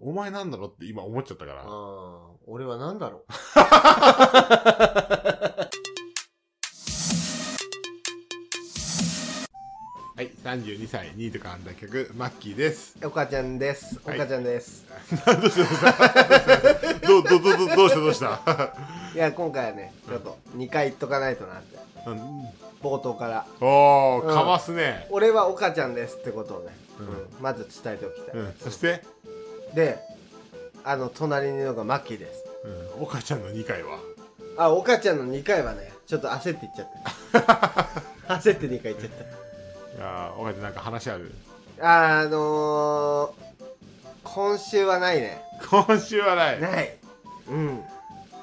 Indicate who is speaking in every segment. Speaker 1: お前なんだろうって今思っちゃったから。
Speaker 2: ああ、俺は何だろう。
Speaker 1: はい、32歳、ニートかんだ曲、マッキーです。
Speaker 2: 岡ちゃんです。
Speaker 1: はい
Speaker 2: 岡ちゃんです。
Speaker 1: どう、どう、どう、どうどうした、どうした。
Speaker 2: い、や、今回はね、ちょっと2回言っとかないとなって。
Speaker 1: うん
Speaker 2: 冒頭から。
Speaker 1: お
Speaker 2: う
Speaker 1: ー、
Speaker 2: ん
Speaker 1: かますね。
Speaker 2: 俺は岡ちゃんですってことをね、
Speaker 1: うん
Speaker 2: うんまず伝えておきたい。
Speaker 1: うん、そして、
Speaker 2: で、あの、隣にいるのがマッキーです。
Speaker 1: うん、岡ちゃんの2回は。
Speaker 2: あ、岡ちゃんの2回はね、ちょっと焦って言っちゃった。焦って2回言っちゃっ
Speaker 1: あー、岡ちゃんなんか話ある。
Speaker 2: た。あのー、今週はないね。
Speaker 1: 今週はない。
Speaker 2: ない。うん。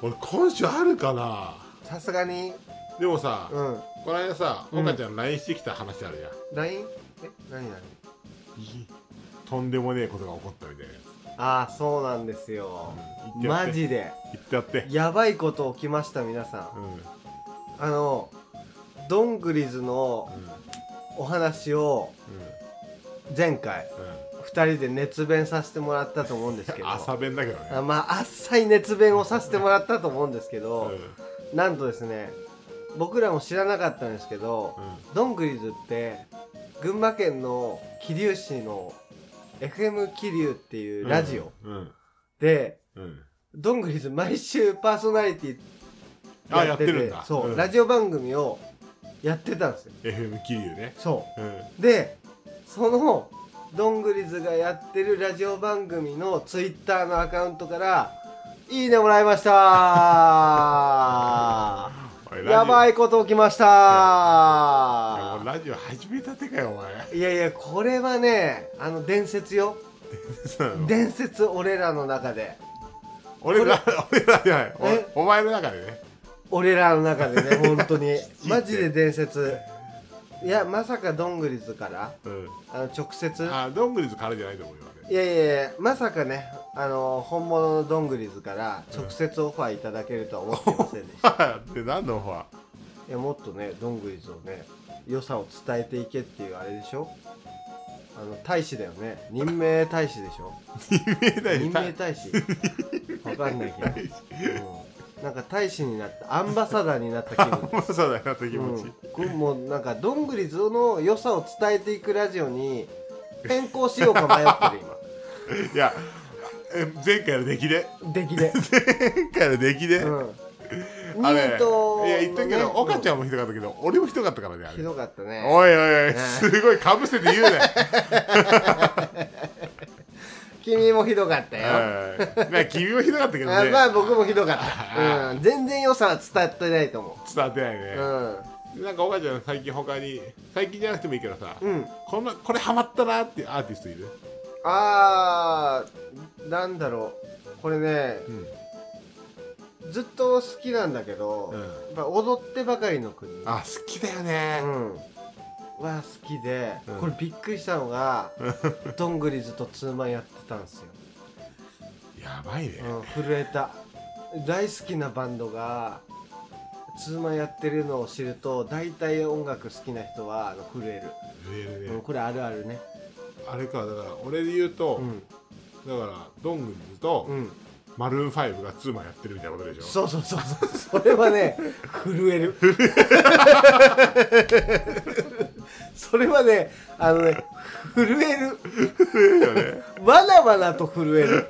Speaker 1: 俺、今週あるかな
Speaker 2: さすがに、
Speaker 1: でもさ、
Speaker 2: うん。
Speaker 1: この間さ、
Speaker 2: うん
Speaker 1: 岡ちゃん LINE してきた話あるやん。
Speaker 2: LINE? え何何
Speaker 1: とんでもねえことが起こったみたいなや
Speaker 2: ああ、そうなんですよ。
Speaker 1: つ。言ってやって
Speaker 2: マジで。
Speaker 1: 言ってやって。
Speaker 2: やばいこと起きました、皆さん。
Speaker 1: うん。うん。
Speaker 2: あの、どんぐりずのお話を前回、
Speaker 1: う
Speaker 2: 二人で熱弁させてもらったと思うんですけ
Speaker 1: ん。
Speaker 2: ど。
Speaker 1: 朝弁だけどね。
Speaker 2: あまあ、あっさい熱弁をさせてもらったと思うんですけ
Speaker 1: うん。う
Speaker 2: ど
Speaker 1: ん、。
Speaker 2: なんとですね、僕らも知らなかったんですけど、どんぐりずって、群馬県の桐生市の FM 桐生っていうラジオ
Speaker 1: うん。
Speaker 2: で、
Speaker 1: うん。
Speaker 2: どんぐりず毎週パーソナリティ
Speaker 1: あ、やってるんだ。
Speaker 2: そう、
Speaker 1: ん
Speaker 2: ラジオ番組をやってたんですよ
Speaker 1: FM 桐生ね。
Speaker 2: そ
Speaker 1: うん。
Speaker 2: うでそのどんぐりずがやってるラジオ番組のツイッターのアカウントから「いいねもら いましたー
Speaker 1: おい
Speaker 2: やば
Speaker 1: い
Speaker 2: いこと起きました
Speaker 1: やもう
Speaker 2: ー
Speaker 1: ラジオ始めたてかよお前
Speaker 2: いやいやこれはねあの伝説よ伝説俺らの中で
Speaker 1: 俺ら俺らじゃない
Speaker 2: え
Speaker 1: おお前の中でね
Speaker 2: 俺らの中でね 本当に
Speaker 1: て
Speaker 2: マジで伝説いやまさかどんぐりずから
Speaker 1: うん
Speaker 2: あの直接
Speaker 1: あどんぐりずからじゃないと思うよあ
Speaker 2: いやいやいやまさかねあの本物のどんぐりずから直接オファーいただけるとは思ってませんでした、
Speaker 1: れ で何のオファ
Speaker 2: いやもっとねどんぐりずをね良さを伝えていけっていうあれでしょあの大使だよね任命大使でしょ
Speaker 1: ー見えない
Speaker 2: 任命大使わかんないけど、 うんなんか大使になったアンバサダーになった気分
Speaker 1: もうそうだよな って気持ち、
Speaker 2: うんこれもうなんかどんぐりずの良さを伝えていくラジオに変更しようか迷ってる
Speaker 1: いやえ前回の出来 で
Speaker 2: 今出来で
Speaker 1: 前回の出来で、
Speaker 2: うん、
Speaker 1: あ
Speaker 2: ニ
Speaker 1: れ
Speaker 2: ート
Speaker 1: いや言ったけど岡ち
Speaker 2: ゃ
Speaker 1: ゃんもひどかったけど俺もひどかったからねあ
Speaker 2: ひ
Speaker 1: れ
Speaker 2: どかったね
Speaker 1: おいおいおい
Speaker 2: ね
Speaker 1: すごいかぶせて言うね
Speaker 2: 君もひどかったよ、
Speaker 1: うんまあ君もひどかったけど
Speaker 2: あ
Speaker 1: ね
Speaker 2: まあ僕もひどかった、うん、全然良さは伝わってないと思
Speaker 1: 伝わってないね
Speaker 2: う、うん
Speaker 1: なんか岡ちゃん最近他に最近じゃなくてもいいけどさ、
Speaker 2: うん
Speaker 1: このこれハマったなっていうアーティストいる、
Speaker 2: あーなんだろうこれね
Speaker 1: うん、
Speaker 2: ずっと好きなんだけど、
Speaker 1: うん
Speaker 2: やっぱ踊ってばかりの国うん
Speaker 1: あ好きだよね、
Speaker 2: は好きで、
Speaker 1: うん
Speaker 2: これびっくりしたの がどんぐりずっとツーマンやってたんですよ
Speaker 1: やばいね、
Speaker 2: うん、震えた大好きなバンドがツーマンやってるのを知ると大体音楽好きな人はあの震え
Speaker 1: レール
Speaker 2: る、
Speaker 1: ね
Speaker 2: うん、これあるあるね
Speaker 1: あれかだから俺で言うと
Speaker 2: う、ん
Speaker 1: だからドングルと
Speaker 2: うん
Speaker 1: マルーン5がツーマンやってるみたいなことでしょ
Speaker 2: そうそうそうそうそれはね震え るそれはねあのね震えるわなわなと震える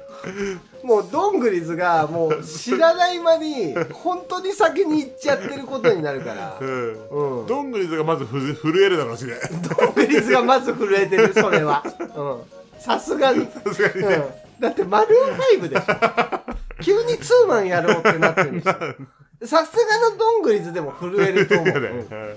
Speaker 2: もうどんぐりずがもう知らない間に本当に先に行っちゃってることになるから
Speaker 1: うん
Speaker 2: うん
Speaker 1: ドングリズがまずふず震えるだろうしね
Speaker 2: ドングリズがまず震えてるそれは、うん、さすがに、うん、
Speaker 1: さすがにね、
Speaker 2: だってマルーンファイブでしょ急にツーマンやろうってなって るでしょさすがのどんぐりずでも震えると思う、
Speaker 1: だ よね、
Speaker 2: うん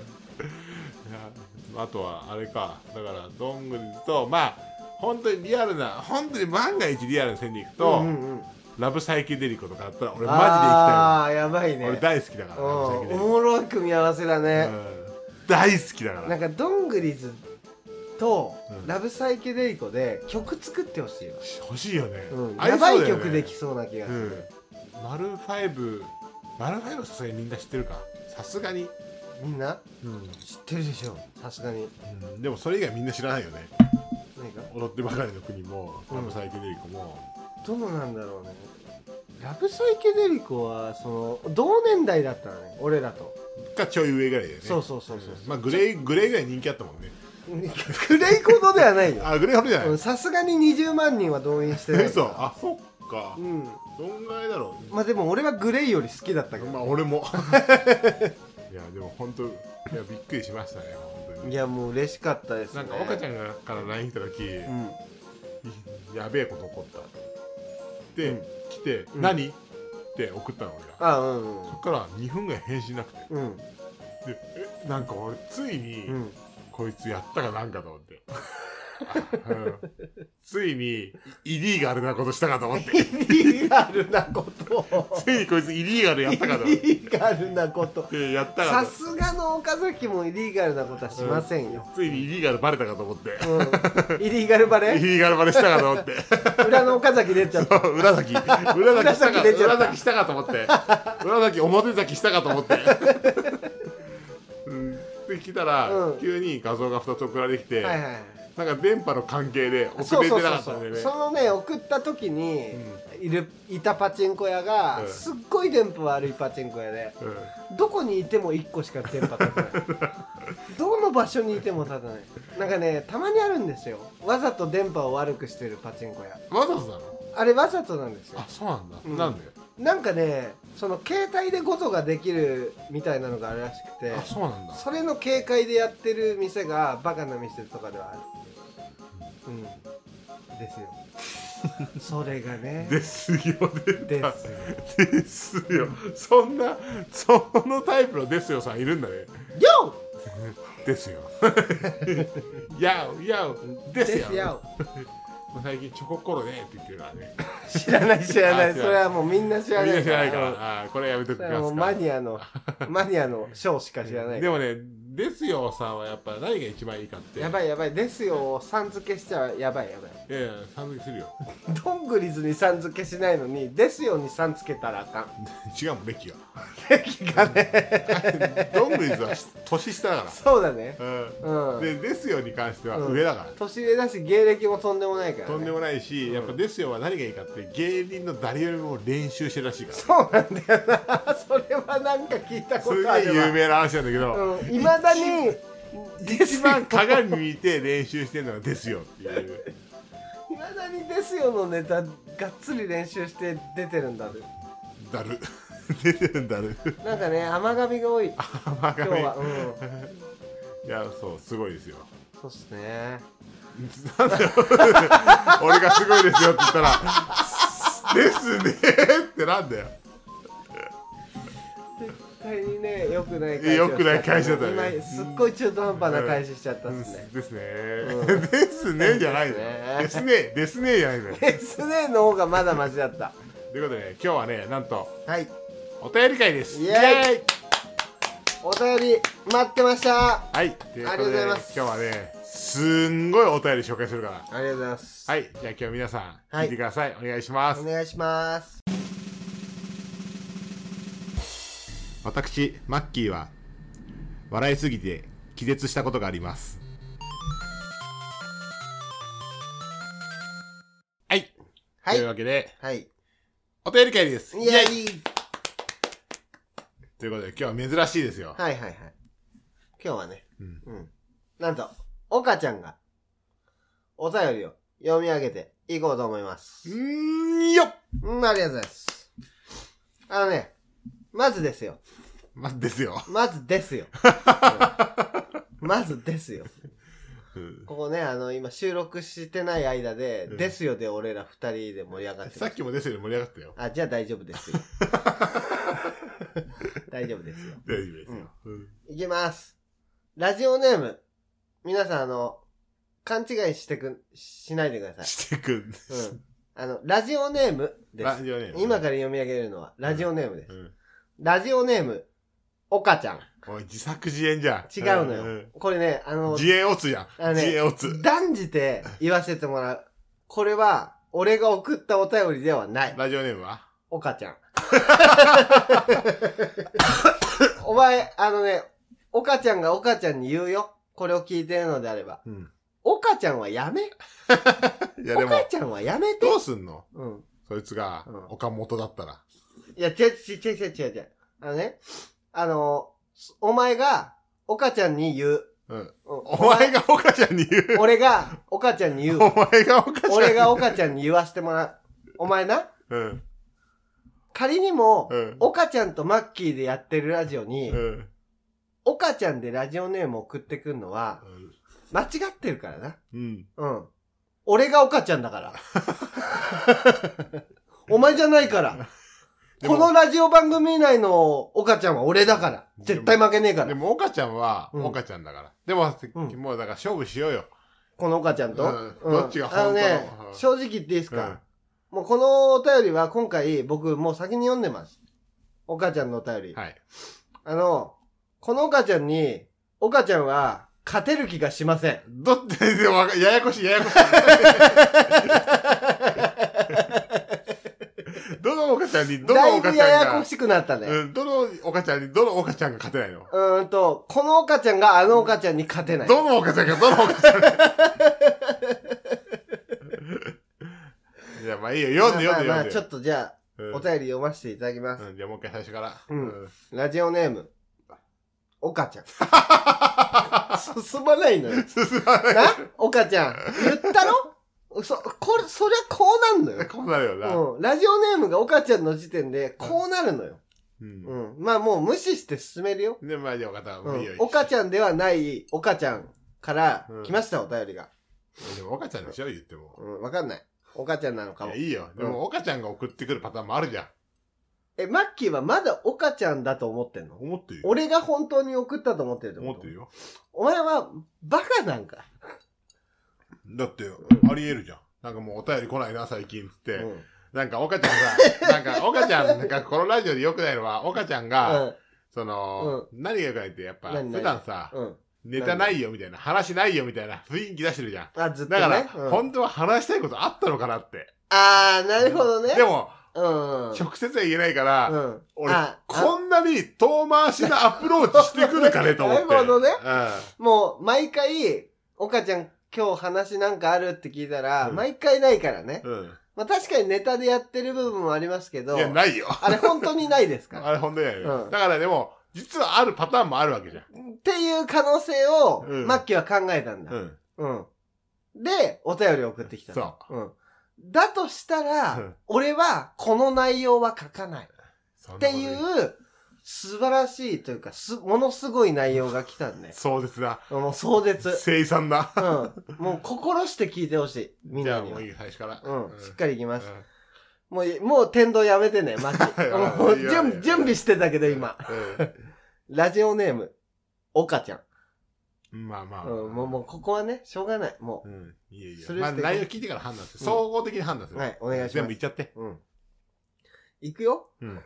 Speaker 1: うんあとはあれかだからどんぐりずとまあ本当にリアルな本当に万が一リアルな線でいくと、
Speaker 2: うんうんうん
Speaker 1: ラブサイケデリコとかあったら俺マジで行
Speaker 2: ああやば
Speaker 1: き
Speaker 2: い
Speaker 1: たい
Speaker 2: ね
Speaker 1: わ俺大好きだから
Speaker 2: う
Speaker 1: ラブサイ
Speaker 2: ん
Speaker 1: ケデ
Speaker 2: お
Speaker 1: リコ
Speaker 2: もろい組み合わせだ
Speaker 1: う
Speaker 2: ね、
Speaker 1: ん大好きだから
Speaker 2: なんかどんぐりずと
Speaker 1: うん
Speaker 2: ラブサイケデリコで曲作ってほしいわ、
Speaker 1: 欲しいよね
Speaker 2: うん、
Speaker 1: 合
Speaker 2: や
Speaker 1: いそ
Speaker 2: ば
Speaker 1: う
Speaker 2: い
Speaker 1: だよね
Speaker 2: 曲できそうな気がす
Speaker 1: う
Speaker 2: る、
Speaker 1: んマルファイブマルファイブはさすがにみんな知ってるかさすがに
Speaker 2: みんな
Speaker 1: うん
Speaker 2: 知ってるでしょさすがに
Speaker 1: うんでもそれ以外みんな知らないよね
Speaker 2: 何か
Speaker 1: 踊ってばかりの国も
Speaker 2: うん
Speaker 1: ラブサイケデリコも
Speaker 2: どのなんだろうねラブサイケデリコはその同年代だったらね俺らと
Speaker 1: かちょい上ぐらいだよね
Speaker 2: そうそうそうそう
Speaker 1: まあグレイグレイぐらい人気あったもんね
Speaker 2: グレイほどではないよ
Speaker 1: あグレイほどじゃない
Speaker 2: うんさすがに20万人は動員してない
Speaker 1: 嘘あ そっか
Speaker 2: うん
Speaker 1: どんぐらいだろう
Speaker 2: まあでも俺はグレイより好きだったけど、
Speaker 1: まあ俺も いやでも本当いやびっくりしましたね本当
Speaker 2: い
Speaker 1: に
Speaker 2: やもう嬉しかったです
Speaker 1: な
Speaker 2: ね
Speaker 1: んか岡ちゃ
Speaker 2: ん
Speaker 1: んがから LINE 来た時、
Speaker 2: うん
Speaker 1: やべえこと起こったで、
Speaker 2: うん
Speaker 1: 来て「
Speaker 2: ん
Speaker 1: 何?」って送ったの俺が
Speaker 2: あうん
Speaker 1: そっから2分ぐらい返信なくて
Speaker 2: うんうん
Speaker 1: でえなんか俺ついに、
Speaker 2: うん
Speaker 1: こいつやったかなんかと思 って、うんついにイリーガルなことしたかと思って
Speaker 2: リアルなことを
Speaker 1: ついにこいつイリーガルやったかと思っ
Speaker 2: リガルなこと
Speaker 1: てやったか
Speaker 2: さ
Speaker 1: と
Speaker 2: すがの岡崎もイリーガルなことはしませんよ、
Speaker 1: ついにイリーガルバレたかと思って、
Speaker 2: うん、イリーガルバ
Speaker 1: イ
Speaker 2: レ
Speaker 1: リーガルバレしたかと思って
Speaker 2: 裏の岡崎出ちゃった
Speaker 1: 裏崎裏崎したか
Speaker 2: 裏崎出ちゃった
Speaker 1: 裏崎したかと思って裏崎表崎したかと思ってうんで来たら、
Speaker 2: うん
Speaker 1: 急に画像が2つ送られてきて、
Speaker 2: はいはいはい
Speaker 1: なんか電波の関係で遅
Speaker 2: そう
Speaker 1: れて
Speaker 2: そ
Speaker 1: な
Speaker 2: うそ
Speaker 1: か
Speaker 2: う
Speaker 1: った
Speaker 2: そ
Speaker 1: んだよね
Speaker 2: うそのね送った時に、いるいたパチンコ屋が、
Speaker 1: うん
Speaker 2: すっごい電波悪いパチンコ屋で
Speaker 1: うん
Speaker 2: どこにいても1個しか電波立たないどの場所にいても立たないなんかねたまにあるんですよわざと電波を悪くしてるパチンコ屋
Speaker 1: わざとなの
Speaker 2: あれわざとなんですよ
Speaker 1: あそうなんだ、
Speaker 2: うん
Speaker 1: なんで
Speaker 2: なんかねその携帯でごとができるみたいなのがあるらしくて
Speaker 1: あそうなんだ
Speaker 2: それの警戒でやってる店がバカな店とかではあるうんですよ それがね
Speaker 1: ですよ
Speaker 2: で
Speaker 1: 出た
Speaker 2: すよ
Speaker 1: ですよそんなそのタイプのですよさんいるんだね
Speaker 2: よ
Speaker 1: ですよ やうやう
Speaker 2: っ
Speaker 1: ですよ
Speaker 2: ですよ
Speaker 1: 最近チョココロねって言ってるからね
Speaker 2: 知らない知らな
Speaker 1: あ
Speaker 2: い
Speaker 1: 知らない
Speaker 2: それはもうみんな知ら
Speaker 1: みん
Speaker 2: な
Speaker 1: ない知らないから、あーこれやめとき
Speaker 2: そ
Speaker 1: ま
Speaker 2: れ
Speaker 1: す
Speaker 2: はもう
Speaker 1: か
Speaker 2: マ。ニアのマニアのショーしか知らない
Speaker 1: でもね、ですよさんはやっぱ何が一番いいかって。
Speaker 2: や
Speaker 1: い。
Speaker 2: ばいやばいですよをさん付けしちゃやばいやばい
Speaker 1: いやいや、さん付けする よ。
Speaker 2: どんぐりずにさん付けしないのにですよにさん付けたらあかん
Speaker 1: 違うもん、歴が。歴がね。 どんぐりずは年下だか
Speaker 2: そうだね
Speaker 1: ら。
Speaker 2: う
Speaker 1: うんん。で、ですよに関しては
Speaker 2: うん
Speaker 1: 上だから。
Speaker 2: 年上だし芸歴もとんでもないから、ね、
Speaker 1: とんでもないし、やっぱですよは何がいいかって芸人の誰よりも練習してるらしいから
Speaker 2: そうなんだよな それはなんか聞いたこ
Speaker 1: それ
Speaker 2: とあ
Speaker 1: が
Speaker 2: る
Speaker 1: 有
Speaker 2: わ
Speaker 1: 名な話なんだけど、
Speaker 2: いま、うん、未だに
Speaker 1: 一番 鏡見て練習してるのがですよっていう
Speaker 2: いまだにですよのネタがっつり練習して出てるんだね
Speaker 1: だる 出てるんだる
Speaker 2: なんかね甘噛みが多い今
Speaker 1: 甘
Speaker 2: 日
Speaker 1: がみ
Speaker 2: はうん
Speaker 1: いやそうすごいですよ
Speaker 2: そうっすね
Speaker 1: 俺がすごいですよって言ったら「ですね」ってなんだよ
Speaker 2: 絶対にね良くない
Speaker 1: 良くない返しだったね
Speaker 2: 今すっごい中途半端な返ししちゃったっ
Speaker 1: です
Speaker 2: ね
Speaker 1: すね、
Speaker 2: う
Speaker 1: ですねじゃないのよですねですねじゃないのよとい
Speaker 2: ですねの方がまだマシだった
Speaker 1: うことで今日はねなんと
Speaker 2: はい
Speaker 1: お便り会です
Speaker 2: イエーイ
Speaker 1: イ
Speaker 2: お便り待ってましたあ
Speaker 1: はいという
Speaker 2: あ
Speaker 1: こと
Speaker 2: りがとうご
Speaker 1: で
Speaker 2: ざい
Speaker 1: 今
Speaker 2: ます
Speaker 1: 日はねすんごいお便り紹介するから
Speaker 2: りがとうございます
Speaker 1: はいじゃあ今日皆さん
Speaker 2: は
Speaker 1: 聞
Speaker 2: い
Speaker 1: いてください、お願いします
Speaker 2: お願いします
Speaker 1: 私マッキーは笑いすぎて気絶したことがありますはい、
Speaker 2: はい
Speaker 1: というわけで
Speaker 2: はい
Speaker 1: お便り会です
Speaker 2: イエ
Speaker 1: イエイ
Speaker 2: ーイ
Speaker 1: ということで今日は珍しいですよ、
Speaker 2: はいはいはい。今日はね、
Speaker 1: うん
Speaker 2: うん。なんと、岡ちゃんが、お便りを読み上げていこうと思います
Speaker 1: う。ーんよっ
Speaker 2: うん、ありがとうございます。あのね、まずですよ。
Speaker 1: まずですよ、
Speaker 2: まずで すよ。うんまずですよ。ここね、あの、今収録してない間で、
Speaker 1: うん
Speaker 2: ですよで俺ら二人で盛り上がって
Speaker 1: さ
Speaker 2: ま
Speaker 1: っ
Speaker 2: す。
Speaker 1: きもですより盛り上がったよ
Speaker 2: あ、じゃあ大丈夫で すよ。大丈夫ですよ。
Speaker 1: 大丈夫ですよ、うん
Speaker 2: いきます。ラジオネーム。皆さん、あの、勘違いしてく、しないでください。
Speaker 1: してくん
Speaker 2: うん。あの、ラジオネームで
Speaker 1: ラ
Speaker 2: す。
Speaker 1: ジオネーム
Speaker 2: 今から読み上げるのは、ラジオネームです。
Speaker 1: うん
Speaker 2: ラジオネーム、岡ちゃん。
Speaker 1: おい自作自演じゃん
Speaker 2: 違うのよ。
Speaker 1: ん
Speaker 2: これね、あ
Speaker 1: うん
Speaker 2: の、
Speaker 1: 自演オツじゃん
Speaker 2: あのね
Speaker 1: 自演オツ
Speaker 2: 断じて言わせてもらう。これは、俺が送ったお便りではない。
Speaker 1: ラジオネームは
Speaker 2: 岡ちゃん。 お前、あのね、岡ちゃんが岡ちゃんに言うよ。これを聞いてるのであれば。
Speaker 1: うん
Speaker 2: 岡ちゃんはやめ。
Speaker 1: いやでも
Speaker 2: 岡ちゃんはやめて。
Speaker 1: どうすんの
Speaker 2: うん。
Speaker 1: そいつが
Speaker 2: うん
Speaker 1: 岡本だったら、
Speaker 2: いや、違う違う違う違う違う。あのね、あの、お前が岡ちゃんに言う。
Speaker 1: うん、
Speaker 2: うん
Speaker 1: お前が岡ちゃんに言う
Speaker 2: 俺が岡ちゃんに言う。
Speaker 1: お前が岡ちゃんに
Speaker 2: 俺が岡ちゃんに言わしてもらう。お前な、
Speaker 1: うん
Speaker 2: 仮にも
Speaker 1: う、ん
Speaker 2: 岡ちゃんとマッキーでやってるラジオに
Speaker 1: う、ん
Speaker 2: 岡ちゃんでラジオネーム送ってくんのは、間違ってるからな。
Speaker 1: うん
Speaker 2: うん。俺が岡ちゃん だから。お前じゃないから。
Speaker 1: で
Speaker 2: こ
Speaker 1: も
Speaker 2: のラジオ番組内の岡ちゃんは俺だから。絶対負けねえか
Speaker 1: で
Speaker 2: ら。
Speaker 1: も岡ちゃんは
Speaker 2: うん
Speaker 1: 岡ちゃんだから、でも、
Speaker 2: うん
Speaker 1: もうだから勝負しようよ
Speaker 2: この岡ちゃんと。
Speaker 1: うん
Speaker 2: うん
Speaker 1: どっちが本当
Speaker 2: あ
Speaker 1: の
Speaker 2: のね
Speaker 1: う、ん
Speaker 2: 正直言っていいですか。もうこのお便りは今回僕もう先に読んでます。岡ちゃんのお便り。
Speaker 1: はい
Speaker 2: あの、この岡ちゃんに、岡ちゃんは勝てる気がしません。
Speaker 1: どっちでもわかややこ しいややこしいどの岡ちゃんにど
Speaker 2: だ
Speaker 1: の
Speaker 2: い
Speaker 1: 岡
Speaker 2: ぶ
Speaker 1: ちゃ
Speaker 2: や
Speaker 1: んが
Speaker 2: やこしくなったね。
Speaker 1: うん、どの岡ちゃんにどの岡ちゃんが勝てないの
Speaker 2: うーんと、この岡ちゃんがあの岡ちゃんに勝てない。
Speaker 1: どの岡ちゃんがどの岡ちゃんがいやまあいいよ読んで読んで
Speaker 2: ま
Speaker 1: 読ん
Speaker 2: あまあまあ
Speaker 1: で
Speaker 2: ちょっとじゃ
Speaker 1: う
Speaker 2: あ、
Speaker 1: ん
Speaker 2: お便り読ませていただきます。
Speaker 1: うん、じゃあもう一回最初から。
Speaker 2: うん
Speaker 1: ん
Speaker 2: ラジオネーム、岡ちゃん。 進まないのよ。
Speaker 1: 進まない。
Speaker 2: な岡ちゃん。言ったろそ、これ、そりゃこうなんのよ。
Speaker 1: こうなるよな。
Speaker 2: うん。ラジオネームが岡ちゃんの時点で、こうなるのよ。
Speaker 1: うん
Speaker 2: うん。まあもう無視して進めるよ。
Speaker 1: で、まあ、じゃあ、岡ちゃん、
Speaker 2: う
Speaker 1: いいよ
Speaker 2: ん。。岡ちゃんではない、岡ちゃんから
Speaker 1: うん
Speaker 2: 来ました、お便りが。
Speaker 1: でも、岡ちゃんでしょ、言っても。
Speaker 2: うん、わかんない。岡ちゃんなのか
Speaker 1: い
Speaker 2: も
Speaker 1: や、い。いよ。でも、岡ちゃんが送ってくるパターンもあるじゃん。
Speaker 2: え、マッキーはまだ岡ちゃんだと思ってんの
Speaker 1: 思ってるよ。
Speaker 2: 俺が本当に送ったと思ってるってこと
Speaker 1: 思ってるよ。
Speaker 2: お前は、バカなんか。
Speaker 1: だって、あり得るじゃん。なんかもうお便り来ないな、最近っつって。
Speaker 2: うん。うん
Speaker 1: なんか、岡ちゃん さ、なんか、岡ちゃん、なんか、このラジオで良くないのは、岡ちゃんが、その、何が良くないって、やっぱ、
Speaker 2: 何
Speaker 1: 普段さ、
Speaker 2: うん。
Speaker 1: ネタないよみたいな、話ないよみたいな雰囲気出してるじゃん。
Speaker 2: あ、ずっと
Speaker 1: だ
Speaker 2: ね。
Speaker 1: から、
Speaker 2: うん
Speaker 1: 本当は話したいことあったのかなって。
Speaker 2: あー、なるほどね。
Speaker 1: でも、
Speaker 2: うん。
Speaker 1: 直接は言えないから、
Speaker 2: うん。
Speaker 1: 俺
Speaker 2: あ、
Speaker 1: こんなに遠回しなアプローチしてくるかねと思って。
Speaker 2: なるほどね
Speaker 1: う
Speaker 2: もう、毎回、岡ちゃん今日話なんかあるって聞いたら、
Speaker 1: うん
Speaker 2: 毎回ないからね。
Speaker 1: ん。うん。
Speaker 2: まあ確かにネタでやってる部分もありますけど、
Speaker 1: いや、ないよ。
Speaker 2: あれ本当にないですから。
Speaker 1: あれ本当にないよ、
Speaker 2: うん
Speaker 1: だからでも、実はあるパターンもあるわけじゃん。
Speaker 2: っていう可能性を、
Speaker 1: うん
Speaker 2: マッキーは考えたんだ。
Speaker 1: うん。
Speaker 2: うん。で、お便りを送ってきたの。うん。だとしたら、
Speaker 1: うん
Speaker 2: 俺はこの内容は書かない。
Speaker 1: そん
Speaker 2: っ
Speaker 1: なこ
Speaker 2: て
Speaker 1: と
Speaker 2: い
Speaker 1: 言。。
Speaker 2: う、素晴らしいというか、す、ものすごい内容が来たんで
Speaker 1: 壮絶な。
Speaker 2: もう壮絶。
Speaker 1: 凄惨な。
Speaker 2: うん。もう心して聞いてほしい。みん
Speaker 1: じゃ
Speaker 2: な
Speaker 1: あ
Speaker 2: に
Speaker 1: も
Speaker 2: は
Speaker 1: ういいよ、最初から。
Speaker 2: うん。しっかりいき
Speaker 1: う
Speaker 2: ま
Speaker 1: ん
Speaker 2: す。もうい、もう天童やめてね、マ ジ
Speaker 1: い。や
Speaker 2: もう
Speaker 1: いやいや
Speaker 2: 準準備してたけど今。ラジオネーム、岡ちゃん。
Speaker 1: うん。まあまあ。
Speaker 2: うん、もう、もう、ここはね、しょうがない。も
Speaker 1: うん。いやいや
Speaker 2: そ。れ
Speaker 1: まあ
Speaker 2: して
Speaker 1: 内容聞いてから判断する。
Speaker 2: うん
Speaker 1: 総合的に判断す
Speaker 2: う。
Speaker 1: る。
Speaker 2: はい、お願いし
Speaker 1: 全
Speaker 2: ま
Speaker 1: 部
Speaker 2: す
Speaker 1: 言っ。ちゃって。
Speaker 2: うん。いくよ
Speaker 1: うん。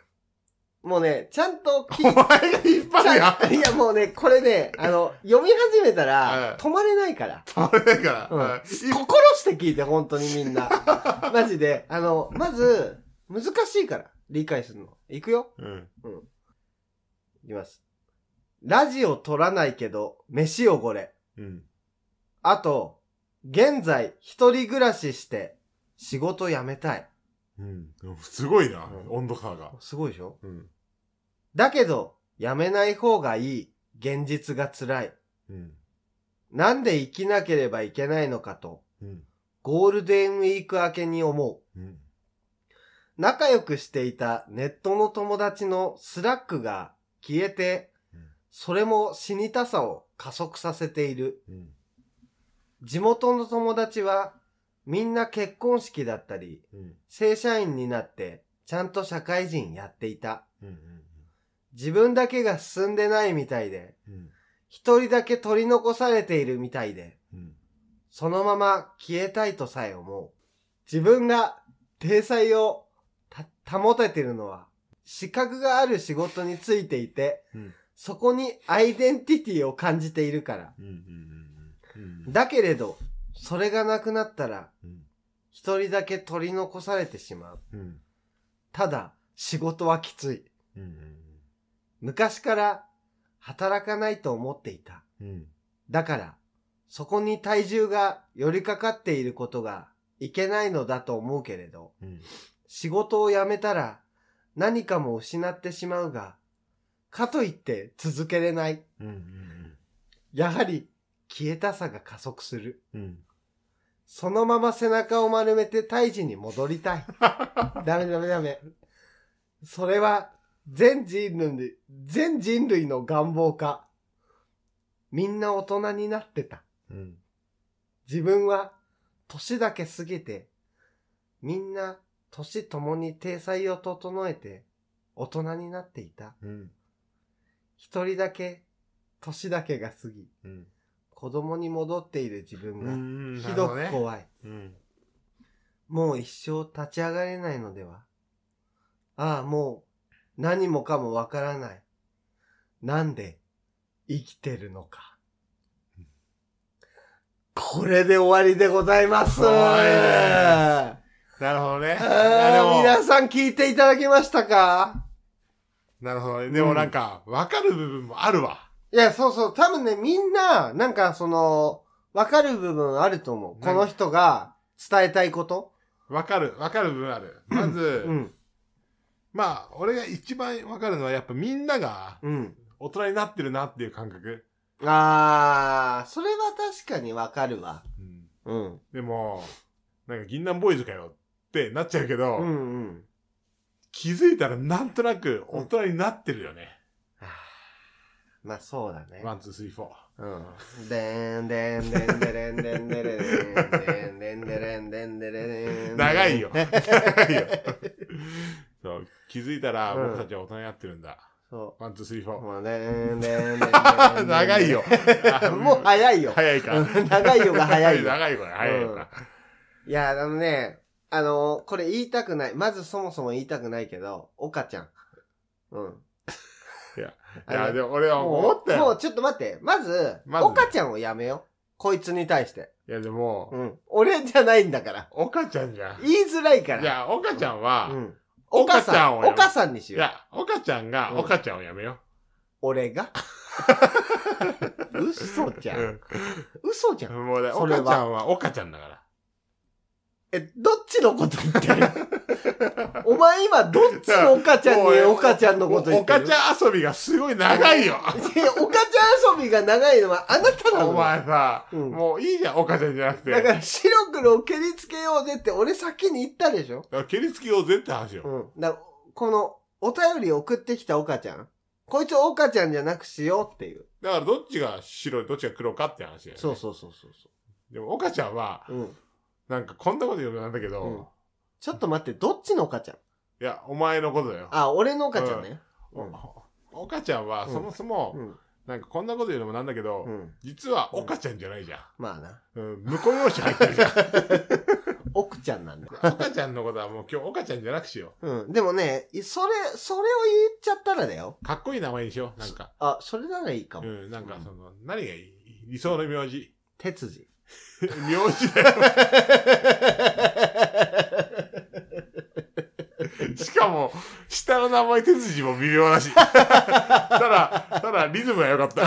Speaker 2: もうね、ちゃんと
Speaker 1: お
Speaker 2: 聞い
Speaker 1: 前が引っ張るや
Speaker 2: ちゃん いや、もうね、これね、あの、読み始めた
Speaker 1: う ん
Speaker 2: ら、止まれないから。
Speaker 1: 倒れないから。
Speaker 2: うん
Speaker 1: うん
Speaker 2: 心して聞いて、本当にみんな。 マジで。あの、まず、難しいから、理解するの。いくよ
Speaker 1: うん。
Speaker 2: いきます。ラジオ撮らないけど、飯汚れ。
Speaker 1: うん。
Speaker 2: あと、現在、一人暮らしして、仕事辞めたい。
Speaker 1: うん。すごいな、
Speaker 2: うん
Speaker 1: 温度差が。
Speaker 2: すごいでしょ
Speaker 1: うん。
Speaker 2: だけど、やめない方がいい。現実が辛い。
Speaker 1: うん。
Speaker 2: なんで生きなければいけないのかと、
Speaker 1: うん。
Speaker 2: ゴールデンウィーク明けに思う。
Speaker 1: うん。
Speaker 2: 仲良くしていたネットの友達のスラックが消えて
Speaker 1: うん、
Speaker 2: それも死にたさを加速させている。
Speaker 1: うん。
Speaker 2: 地元の友達は、みんな結婚式だったり、
Speaker 1: うん。
Speaker 2: 正社員になって、ちゃんと社会人やっていた。
Speaker 1: うん。
Speaker 2: 自分だけが進んでないみたいで、
Speaker 1: うん。
Speaker 2: 一人だけ取り残されているみたいで、
Speaker 1: うん。
Speaker 2: そのまま消えたいとさえ思う。自分が体裁をた保ててるのは、資格がある仕事についていて、
Speaker 1: うん
Speaker 2: そこにアイデンティティを感じているから。
Speaker 1: うん。うん。
Speaker 2: だけれど、それがなくなったら、
Speaker 1: うん。
Speaker 2: 一人だけ取り残されてしまう。
Speaker 1: うん。
Speaker 2: ただ、仕事はきつい。
Speaker 1: うん。
Speaker 2: 昔から働かないと思っていた。
Speaker 1: うん。
Speaker 2: だから、そこに体重が寄りかかっていることがいけないのだと思うけれど、
Speaker 1: うん
Speaker 2: 仕事を辞めたら何かも失ってしまうが、かといって続けれない。
Speaker 1: うん
Speaker 2: やはり消えたさが加速する。
Speaker 1: うんうん
Speaker 2: そのまま背中を丸めて胎児に戻りたい。ダメダメダメ。それは全人類、全人類の願望か。みんな大人になってた。
Speaker 1: うん
Speaker 2: 自分は年だけ過ぎて、みんな年ともに体裁を整えて大人になっていた。
Speaker 1: うん
Speaker 2: 一人だけ年だけが過ぎ、
Speaker 1: うん
Speaker 2: 子供に戻っている自
Speaker 1: う
Speaker 2: 分
Speaker 1: んな
Speaker 2: がひ
Speaker 1: る
Speaker 2: ど
Speaker 1: ほね
Speaker 2: く怖い。
Speaker 1: うん
Speaker 2: もう一生立ち上がれないのではああ、もう何もかもわからない。なんで生きてるのか。これで終わりでございま
Speaker 1: お
Speaker 2: す。
Speaker 1: い
Speaker 2: あ
Speaker 1: なるほどねあで
Speaker 2: あ
Speaker 1: も
Speaker 2: 皆さん聞いていただけましたか
Speaker 1: なるほどねでもなんか分かる部分もあるわ
Speaker 2: いや、そうそう。多分ね、みんな、なんかその、わかる部分あると思う。この人が伝えたいこと。
Speaker 1: 分かる分かる部分あるまず
Speaker 2: うん。
Speaker 1: まあ俺が一番分かるのはやっぱみんなが
Speaker 2: うん。
Speaker 1: 大人になってるなっていう感覚
Speaker 2: ああ、それは確かにわかるわ。
Speaker 1: うん
Speaker 2: うん。
Speaker 1: でもなんか銀杏ボーイズかよってなっちゃうけど、
Speaker 2: うんうん。
Speaker 1: 気づいたらなんとなく大人になってるよね。
Speaker 2: はあまあそうだね。
Speaker 1: ワン、ツー、スリー、フォー。
Speaker 2: うん。でんでんでんでれんでんでれんでんでれんでんでれんでれん。
Speaker 1: 長いよ長い よそう気づいたら
Speaker 2: うん
Speaker 1: 僕たちは大人になってるんだ。
Speaker 2: そ
Speaker 1: ワン、ツー、スリー、フ
Speaker 2: う。
Speaker 1: ォ
Speaker 2: もうでんでんでんでんで
Speaker 1: ー。
Speaker 2: ん。
Speaker 1: 長い。よ。あ
Speaker 2: もう早い よ。
Speaker 1: 早いか。
Speaker 2: うん長いよが早いよ。
Speaker 1: 長いこれ、早いよか。
Speaker 2: いや、あのね、あの、これ言いたくない。まずそもそも言いたくないけど、岡ちゃん。うん。
Speaker 1: いや、
Speaker 2: あ
Speaker 1: い
Speaker 2: の
Speaker 1: や、でも俺は
Speaker 2: も
Speaker 1: 思
Speaker 2: う
Speaker 1: った
Speaker 2: もう
Speaker 1: よ。
Speaker 2: ちょっと待って。まず、
Speaker 1: まず
Speaker 2: 岡ちゃんをやめよう。こいつに対して。
Speaker 1: いや、でも、
Speaker 2: うん。俺じゃないんだから。
Speaker 1: 岡ちゃんじゃん。
Speaker 2: 言いづらいから。
Speaker 1: いや、岡ちゃん
Speaker 2: う
Speaker 1: は、
Speaker 2: ん。
Speaker 1: 岡
Speaker 2: 岡
Speaker 1: ちゃ
Speaker 2: さ
Speaker 1: ん
Speaker 2: ん、
Speaker 1: をやめ
Speaker 2: 岡さんにし
Speaker 1: い
Speaker 2: よう。
Speaker 1: や、岡ちゃんが
Speaker 2: うん
Speaker 1: 岡ちゃんをやめよ
Speaker 2: 俺が嘘
Speaker 1: う。
Speaker 2: じゃん。
Speaker 1: う
Speaker 2: 嘘じゃん。
Speaker 1: ん。もうね、
Speaker 2: それは
Speaker 1: 岡ちゃんは岡ちゃんだから。
Speaker 2: え、どっちの こと言ってるお前今、どっちの岡ちゃん
Speaker 1: もう
Speaker 2: に
Speaker 1: ね
Speaker 2: 岡ちゃんのこと言ってる
Speaker 1: 岡ちゃん遊びがすごい長いよ。
Speaker 2: いや岡ちゃん遊びが長いのはあなたなの。
Speaker 1: お前さ、
Speaker 2: うん
Speaker 1: もういいじゃん、岡ちゃんじゃなくて。
Speaker 2: だから白黒を蹴りつけようぜって俺先に言ったでし
Speaker 1: だ
Speaker 2: ょ
Speaker 1: から蹴りつけようぜって話よ。
Speaker 2: うん。だこの、お便り送ってきた岡ちゃん。こいつを岡ちゃんじゃなくしようっていう。
Speaker 1: だからどっちが白い、どっちが黒かって話だよ、ね。
Speaker 2: そうそうそうそう
Speaker 1: でも岡ちゃんは、
Speaker 2: そう。うん。
Speaker 1: なんかこんなこと言うのなんだけど、
Speaker 2: うんちょっと待って、どっちの岡ちゃん
Speaker 1: いや、お前のことだよ。
Speaker 2: あ、俺の岡ちゃんね。う
Speaker 1: お
Speaker 2: ん。
Speaker 1: 岡ちゃんは
Speaker 2: うん
Speaker 1: そもそも、
Speaker 2: うん。
Speaker 1: なんかこんなこと言うのもなんだけど、
Speaker 2: うん。
Speaker 1: 実は岡ちゃんじゃないじゃん。
Speaker 2: まあな。
Speaker 1: うん、婿養子入ってるじゃん。
Speaker 2: 奥ちゃんなんだ。
Speaker 1: 岡ちゃんのことはもう今日岡ちゃんじゃなくしよ
Speaker 2: うん。でもね、いそれ、それを言っちゃったらだよ。
Speaker 1: う。かっこいい名前にしよう。なんか、
Speaker 2: あ、それならいいか
Speaker 1: う
Speaker 2: も。
Speaker 1: ん、なんかその、何がいい理想の名字。
Speaker 2: 鉄 次。
Speaker 1: 名字だよ。しかも、下の名前、手筋も微妙だし。 ただ、ただ、リズムが良か った。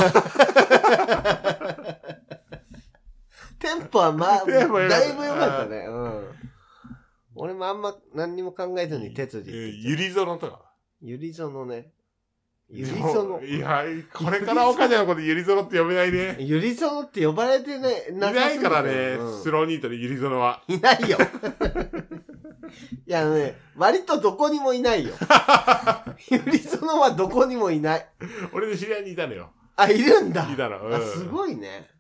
Speaker 2: テンポはまあ、
Speaker 1: テンポ良かった
Speaker 2: だいぶ良かったね。うん。俺もあんま何にも考えずに鉄次って
Speaker 1: えーゆ
Speaker 2: 言っちゃった
Speaker 1: りぞのとか。
Speaker 2: ゆりぞのね。ゆりぞの。
Speaker 1: いや、これから岡ちゃんのことゆりぞのって呼べないね。
Speaker 2: ゆりぞのって呼ばれてね、
Speaker 1: い
Speaker 2: な
Speaker 1: な
Speaker 2: さ
Speaker 1: い
Speaker 2: すぎ
Speaker 1: か
Speaker 2: て
Speaker 1: らね、
Speaker 2: うん
Speaker 1: スローニートでゆりぞのは。
Speaker 2: いないよ。 いや、あのね、割とどこにもいない よ。ゆりぞのはどこにもいない。
Speaker 1: 俺の知り合いにいたのよ。
Speaker 2: あ、いるんだ。
Speaker 1: いたの。
Speaker 2: あす
Speaker 1: い。
Speaker 2: ごいね。
Speaker 1: うん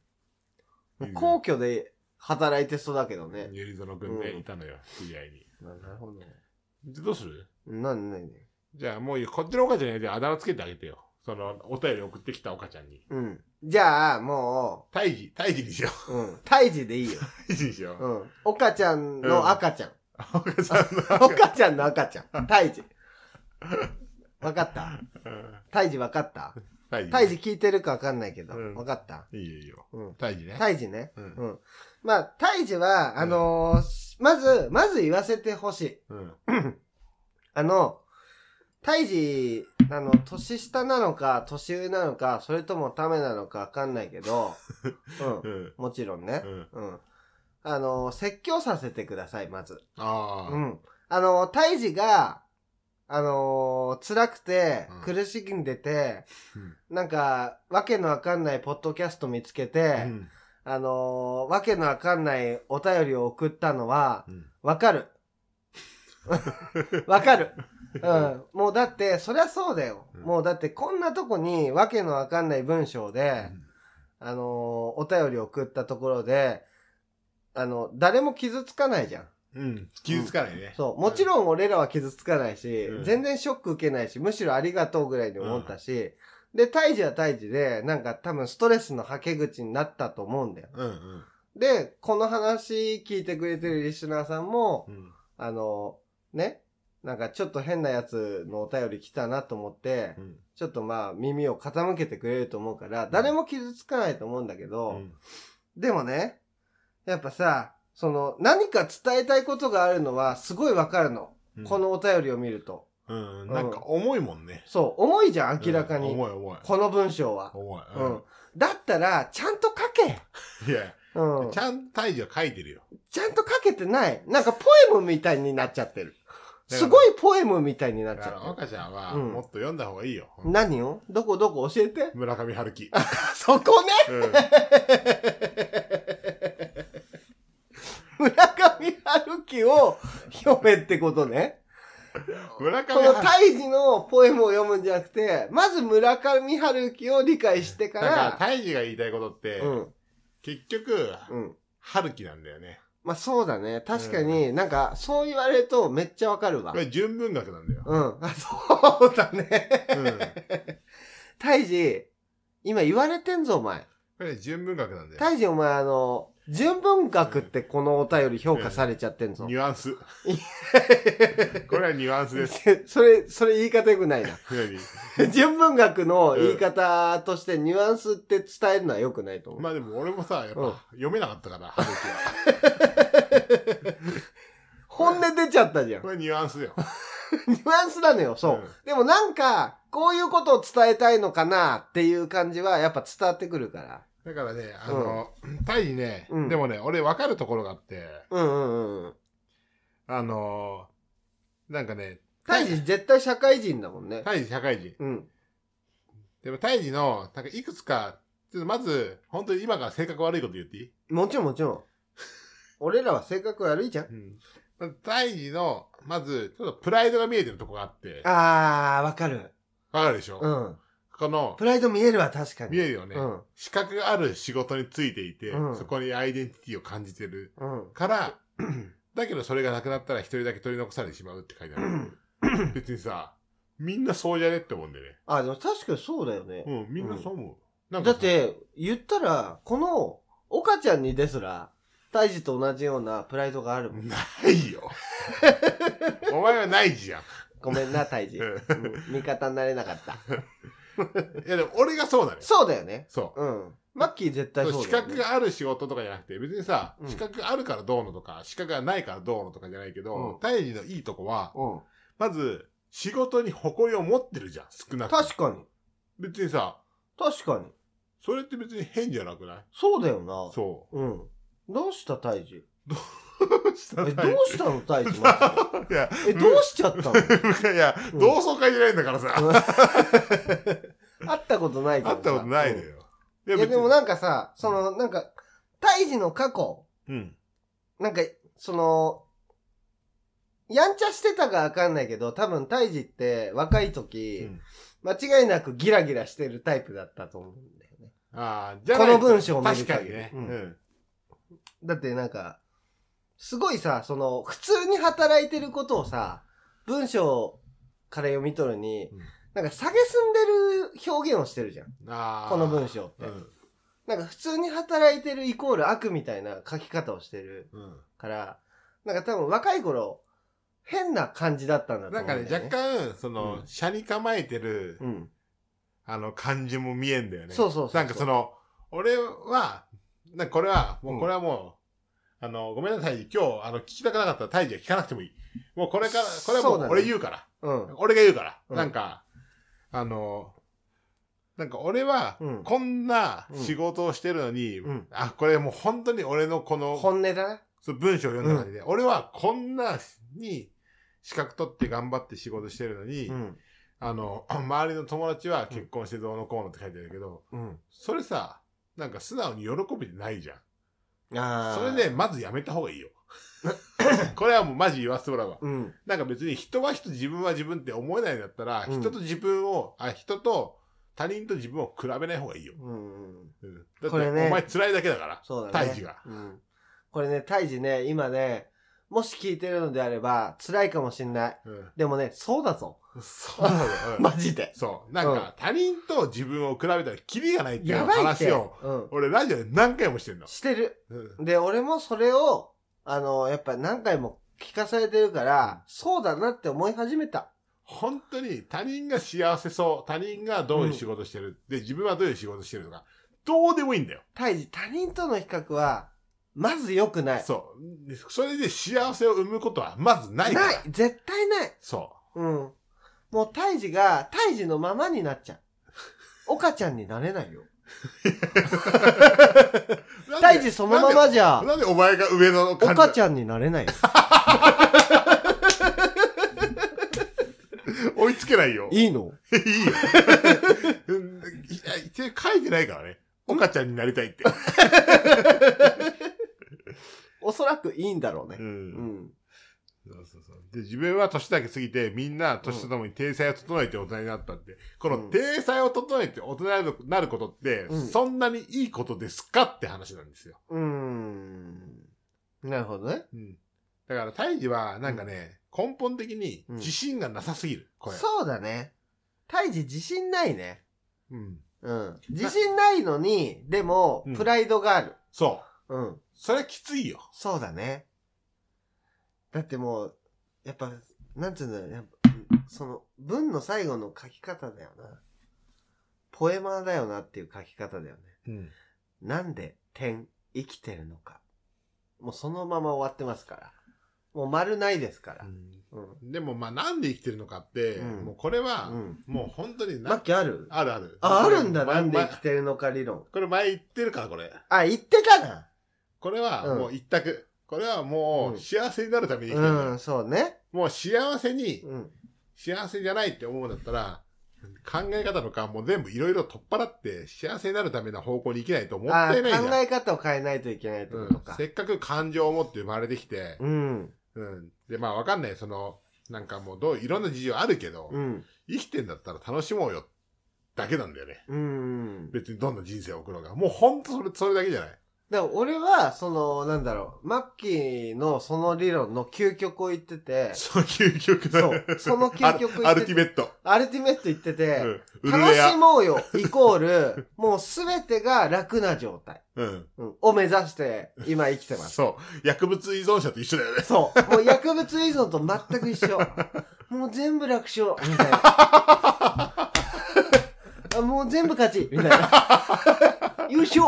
Speaker 2: 皇居で働いてそうだけどね。
Speaker 1: ゆりぞのくんで
Speaker 2: うん
Speaker 1: いたのよ、知り合いに。
Speaker 2: ななるほどね。
Speaker 1: でどうする
Speaker 2: なんなんね。
Speaker 1: じゃあもういいこっちの岡ちゃんにはじゃああだ名つけてあげてよ。その、お便り送ってきた岡ちゃんに。
Speaker 2: うん。じゃあ、も
Speaker 1: 胎児、胎児にし よ
Speaker 2: う、うん。胎児でいい
Speaker 1: う。
Speaker 2: よ。
Speaker 1: 胎児にしよう。
Speaker 2: うん。岡ちゃんの赤 ちゃん。
Speaker 1: 岡ちゃんの。
Speaker 2: 岡ちゃんの赤ちゃん。胎児。わかった
Speaker 1: うん
Speaker 2: 胎児わかった
Speaker 1: 胎児。
Speaker 2: 胎児聞いてるかわかんないけど。
Speaker 1: うん
Speaker 2: わかった
Speaker 1: いいよいいよ。
Speaker 2: うん。
Speaker 1: 胎児ね。
Speaker 2: 胎児ね。
Speaker 1: うん
Speaker 2: うん。まあ、胎児は、あのーまず、まず言わせてほしい。
Speaker 1: うん。
Speaker 2: あの、胎児、あの、年下なのか、年上なのか、それともためなのかわかんないけ ど、う、
Speaker 1: うんん
Speaker 2: もちろんね
Speaker 1: う。ん
Speaker 2: うん。あの、説教させてください、まず。
Speaker 1: ああ、
Speaker 2: うん。あの、胎児が、あのー辛くて、
Speaker 1: うん
Speaker 2: 苦しんでて、なんか、わけのわかんないポッドキャスト見つけて、
Speaker 1: うん
Speaker 2: あのーわけのわかんないお便りを送ったのは、
Speaker 1: うん
Speaker 2: わか る。わかる。うん。もうだって、そりゃそうだよ。
Speaker 1: うん
Speaker 2: もうだって、こんなとこにわけのわかんない文章で、あのーお便り送ったところで、あの、誰も傷つかないじゃん。
Speaker 1: うん、傷つかないね。
Speaker 2: そう。もちろん俺らは傷つかないし、
Speaker 1: うん
Speaker 2: 全然ショック受けないし、むしろありがとうぐらいに思ったし、で、胎児は胎児で、なんか多分ストレスの吐け口になったと思うんだよ。
Speaker 1: うんうん
Speaker 2: で、この話聞いてくれてるリスナーさんも
Speaker 1: う、ん
Speaker 2: あの、ね、なんかちょっと変なやつのお便り来たなと思って
Speaker 1: う、ん
Speaker 2: ちょっとまあ耳を傾けてくれると思うから、誰も傷つかないと思うんだけ
Speaker 1: う
Speaker 2: ど、
Speaker 1: ん
Speaker 2: でもね、やっぱさ、その何か伝えたいことがあるのはすごいわかるの。
Speaker 1: うん
Speaker 2: このお便りを見ると。
Speaker 1: うんなんか重いもんね。
Speaker 2: そう、重いじゃん、明らかに。
Speaker 1: うん重い重い。
Speaker 2: この文章は。
Speaker 1: 重い。
Speaker 2: うん。だったら、ちゃんと書け。
Speaker 1: いや、
Speaker 2: うん。
Speaker 1: ちゃんと胎児は書いてるよ。
Speaker 2: ちゃんと書けてない。なんかポエムみたいになっちゃって
Speaker 1: だ
Speaker 2: る。
Speaker 1: から
Speaker 2: すごいポエムみたいになっ
Speaker 1: だ
Speaker 2: ち
Speaker 1: から、
Speaker 2: ゃって
Speaker 1: 若ちゃんは、
Speaker 2: うん
Speaker 1: もっと読んだ方がいいよ。
Speaker 2: る。何をどこどこ教えて
Speaker 1: 村上春 樹。
Speaker 2: そこね
Speaker 1: うん
Speaker 2: 村上春樹を読めってことね。
Speaker 1: 村上
Speaker 2: この
Speaker 1: 春樹。
Speaker 2: 胎児のポエムを読むんじゃなくて、まず村上春樹を理解してか
Speaker 1: だから、
Speaker 2: ら、
Speaker 1: 胎児が言いたいことって、
Speaker 2: うん、
Speaker 1: 結局、
Speaker 2: うん。
Speaker 1: 春樹なんだよね。
Speaker 2: まあそうだね。確かに、なんか、そう言われるとめっちゃわかるわ
Speaker 1: こ。れ、純文学なんだ よ。
Speaker 2: うん。あ、そうだね。
Speaker 1: うん。こ
Speaker 2: 大治、今言われてんぞ、お前。
Speaker 1: れ、純文学なんだよ。
Speaker 2: 大治、お前、あの、純文学ってこのお便り評価されちゃってんぞ
Speaker 1: ニ。ュアンス。これはニュアンスです。
Speaker 2: それ、それ言い方良くない な。
Speaker 1: 何
Speaker 2: 純文学の言い方としてニュアンスって伝えるのは良くないと思う。
Speaker 1: まあでも俺もさ、やっ
Speaker 2: うん
Speaker 1: ぱ読めなかったから、春樹は。
Speaker 2: 本音出ちゃったじゃん
Speaker 1: こ。れニュアンスだよ。
Speaker 2: ニュアンスなのよ、 そう。
Speaker 1: うん
Speaker 2: でもなんか、こういうことを伝えたいのかなっていう感じはやっぱ伝わってくるから。
Speaker 1: だからね、あの、タイにね、
Speaker 2: うん
Speaker 1: でもね、俺分かるところがあって、
Speaker 2: うんうんうん。
Speaker 1: あのーなんかね、
Speaker 2: 大治絶対社会人だもんね。
Speaker 1: タイ社会人。
Speaker 2: うん。
Speaker 1: でもタイの、なんかいくつか、ちょっとまず、本当に今から性格悪いこと言っていい、
Speaker 2: もちろんもちろ ん。俺らは性格悪いじゃん。
Speaker 1: うん、タイの、まず、ちょっとプライドが見えてるとこがあって、
Speaker 2: あー、わかる。
Speaker 1: わかるでしょ、
Speaker 2: うん。
Speaker 1: この、
Speaker 2: プライド見えるわ、確かに。
Speaker 1: 見えるよね、
Speaker 2: うん。
Speaker 1: 資格がある仕事についていて、
Speaker 2: うん
Speaker 1: そこにアイデンティティを感じてる
Speaker 2: うん。
Speaker 1: から、だけどそれがなくなったら一人だけ取り残されてしまうって書いてある。別にさ、みんなそうじゃねって思うんだよね。
Speaker 2: あ、でも確かにそうだよね。
Speaker 1: うん、みんなそう思う。なん
Speaker 2: だ
Speaker 1: か
Speaker 2: っ
Speaker 1: さ、
Speaker 2: て、言ったら、この、岡ちゃんにですら、大治と同じようなプライドがあるもん。
Speaker 1: ない よ。お前はないじゃん。
Speaker 2: ごめんな、大治。
Speaker 1: う
Speaker 2: うんん味方になれなかった。
Speaker 1: いやでも俺がそうだね。
Speaker 2: そうだよね。
Speaker 1: そう。
Speaker 2: うん。マッキー絶対そう
Speaker 1: 資
Speaker 2: だよ、ね。
Speaker 1: 格がある仕事とかじゃなくて、別にさ、
Speaker 2: うん
Speaker 1: 資格があるからどうのとか、資格がないからどうのとかじゃないけ
Speaker 2: う
Speaker 1: ど
Speaker 2: ん、
Speaker 1: 大事のいいとこは、
Speaker 2: うん。
Speaker 1: まず、仕事に誇りを持ってるじゃん、少なくとも
Speaker 2: 確かに。
Speaker 1: 別にさ、
Speaker 2: 確かに。
Speaker 1: それって別に変じゃなくない
Speaker 2: そうだよな。。
Speaker 1: そう
Speaker 2: ん。どうした、大治
Speaker 1: う。下
Speaker 2: え、
Speaker 1: 手
Speaker 2: どうした の、大治マジで
Speaker 1: いや、
Speaker 2: え、どうしちゃった の
Speaker 1: いや、
Speaker 2: うん
Speaker 1: 同窓会じゃないんだからさ、
Speaker 2: 会ったことないけど
Speaker 1: 会
Speaker 2: さ
Speaker 1: ったことないのよ。い
Speaker 2: うんいや、でも
Speaker 1: な、
Speaker 2: なんかさ、その、なんか、胎児の過去、
Speaker 1: うん。
Speaker 2: なんか、その、やんちゃしてたかわかんないけど、多分胎児って若い時、間違いなくギラギラしてるタイプだったと思うんだよね。
Speaker 1: ああ、じゃないと
Speaker 2: この文章を見る
Speaker 1: 確か
Speaker 2: 限
Speaker 1: に
Speaker 2: り
Speaker 1: ね。
Speaker 2: うん
Speaker 1: うん
Speaker 2: だってなんか、すごいさ、その、普通に働いてることをさ、文章から読み取るに、
Speaker 1: うん
Speaker 2: なんか、下げすんでる表現をしてるじゃん。
Speaker 1: あー
Speaker 2: この文章って。
Speaker 1: うん
Speaker 2: なんか普通に働いてるイコール悪みたいな書き方をしてる
Speaker 1: うん
Speaker 2: から、なんか多分若い頃、変な感じだったんだと思
Speaker 1: な
Speaker 2: うんんだ
Speaker 1: か
Speaker 2: よ、
Speaker 1: ね
Speaker 2: ね。、
Speaker 1: 若干、その
Speaker 2: う、ん
Speaker 1: 車に構えてる、
Speaker 2: うん。
Speaker 1: あの、感じも見えんだよね。
Speaker 2: そうそうそうそう
Speaker 1: なんかその、俺は、なんかこれは、もうこれはもう、あの、ごめんなさい。今日、あの、聞きたくなかったら、タイジは聞かなくてもいい。もうこれから、これは
Speaker 2: そう
Speaker 1: も
Speaker 2: だ
Speaker 1: う
Speaker 2: ね
Speaker 1: 俺言うから。
Speaker 2: うん。
Speaker 1: 俺が言うから。
Speaker 2: うん
Speaker 1: なんか、あの、なんか俺は
Speaker 2: う、ん
Speaker 1: こんな仕事をしてるのに、
Speaker 2: うん
Speaker 1: あ、これもう本当に俺のこの、
Speaker 2: 本音だな。
Speaker 1: その文章を読んだ感じで、俺はこんなに資格取って頑張って仕事してるのに、
Speaker 2: ん。
Speaker 1: あの、周りの友達は結婚してどうのこうのって書いてあるけど、
Speaker 2: うん。
Speaker 1: それさ、なんか素直に喜びでないじゃん。
Speaker 2: ああ。
Speaker 1: それで、。まずやめた方がいい よ。これはもうマジ言わせてもらうわ。
Speaker 2: うん。
Speaker 1: なんか別に人は人、自分は自分って思えないんだったら、
Speaker 2: うん
Speaker 1: 人と自分を、あ、人と他人と自分を比べない方がいいよ。
Speaker 2: う
Speaker 1: う
Speaker 2: ん。
Speaker 1: ん、だって、
Speaker 2: これね
Speaker 1: お前辛いだけだから。
Speaker 2: そうだね。
Speaker 1: 胎児が。
Speaker 2: うん。これね、胎児ね、今ね、もし聞いてるのであれば、辛いかもしんない。
Speaker 1: うん。
Speaker 2: でもね、そうだぞ。
Speaker 1: そうなの、うん
Speaker 2: マジで。
Speaker 1: そう。なんか、他人と自分を比べたらキリがないっていう
Speaker 2: やばいって。
Speaker 1: 話を、
Speaker 2: うん。
Speaker 1: 俺ラジオで何回もしてんの。
Speaker 2: してる。
Speaker 1: うん。
Speaker 2: で、俺もそれを、あの、やっぱ何回も聞かされてるから、そうだなって思い始めた。
Speaker 1: 本当に他人が幸せそう、他人がどういう仕事してる、で、自分はどういう仕事してるとか、どうでもいいんだよ。
Speaker 2: 胎児、他人との比較は、まず良くない。
Speaker 1: そう。でそれで幸せを生むことはまずないから。
Speaker 2: ない絶対ない
Speaker 1: そ
Speaker 2: うん。もう胎児が胎児のままになっ ちゃう。岡ちゃんになれないよ。
Speaker 1: う。なんで
Speaker 2: 胎児そのままじゃ、
Speaker 1: なんでお前が上の感じ
Speaker 2: 岡ちゃんになれないよ。
Speaker 1: 追いつけないよ。い
Speaker 2: いいの
Speaker 1: いよ。うんいや書いてないからね。岡ちゃんになりたいって。
Speaker 2: おそらくいいんだろうね
Speaker 1: う。。
Speaker 2: うんん。
Speaker 1: そうそうそう。で、自分は年だけ過ぎて、みんな年とともに体裁を整えて大人になったって。こ
Speaker 2: う
Speaker 1: の
Speaker 2: ん
Speaker 1: 体裁を整えて大人になることって、
Speaker 2: うん
Speaker 1: そんなにいいことですかって話なんですよ。
Speaker 2: うーん。なるほどね。
Speaker 1: うん。だから、胎児は、なんかね、根本的に自信がなさすぎる。これ。
Speaker 2: そうだね。胎児自信ないね。
Speaker 1: うん。
Speaker 2: うん。自信ないのに、でも
Speaker 1: うん、
Speaker 2: プライドがある。
Speaker 1: そう。
Speaker 2: うん。
Speaker 1: それはきついよ。
Speaker 2: そうだね。だってもう、やっぱ、なんつうんだろう、やっぱその、文の最後の書き方だよな。ポエマーだよなっていう書き方だよね。
Speaker 1: うん。
Speaker 2: なんで、点、生きてるのか。もうそのまま終わってますから。もう丸ないですから。うん。
Speaker 1: でも、まあ、なんで生きてるのかって、
Speaker 2: うん
Speaker 1: もうこれは、
Speaker 2: うん。
Speaker 1: もう本当にな、
Speaker 2: マッキーある
Speaker 1: あるある。
Speaker 2: あ、あるんだ、
Speaker 1: 前
Speaker 2: なんで
Speaker 1: 前
Speaker 2: 生きてるのか理論。
Speaker 1: これ前言ってるから、これ。
Speaker 2: あ、言ってたな。
Speaker 1: これは
Speaker 2: うん
Speaker 1: もう一択。これはも
Speaker 2: う
Speaker 1: うん幸せになるために生きてる、
Speaker 2: うん、そうね。
Speaker 1: もう幸せに、
Speaker 2: うん。
Speaker 1: 幸せじゃないって思うんだったら、考え方とかもう全部いろいろ取っ払って、幸せになるための方向に行けないともっ
Speaker 2: あ
Speaker 1: たいないじゃん。
Speaker 2: 考え方を変えないといけないってこと
Speaker 1: うん
Speaker 2: か
Speaker 1: せ。っかく感情を持って生まれてきて、
Speaker 2: うん。
Speaker 1: うん。で、まあわかんない、その、なんかもうどう、いろんな事情あるけど、
Speaker 2: うん。
Speaker 1: 生きてんだったら楽しもうよ、だけなんだよね。
Speaker 2: うん。
Speaker 1: 別にどんな人生を送ろうが。もうほんとそれ、それだけじゃない。
Speaker 2: だから俺は、その、なんだろう、マッキーのその理論の究極を言ってて、
Speaker 1: その究極だ
Speaker 2: そうその究極
Speaker 1: アルアルティメット。
Speaker 2: アルティメット言って
Speaker 1: う
Speaker 2: て、
Speaker 1: ん。うる
Speaker 2: 楽
Speaker 1: えや
Speaker 2: しもうよ、イコール、もうすべてが楽な状態、
Speaker 1: うん。
Speaker 2: うんを目指して今生きてます。
Speaker 1: そう。薬物依存者と一緒だよ ね。
Speaker 2: そう。もう薬物依存と全く一緒。もう全部楽勝、みたいな。あ もう全部勝ち、みたいな。優勝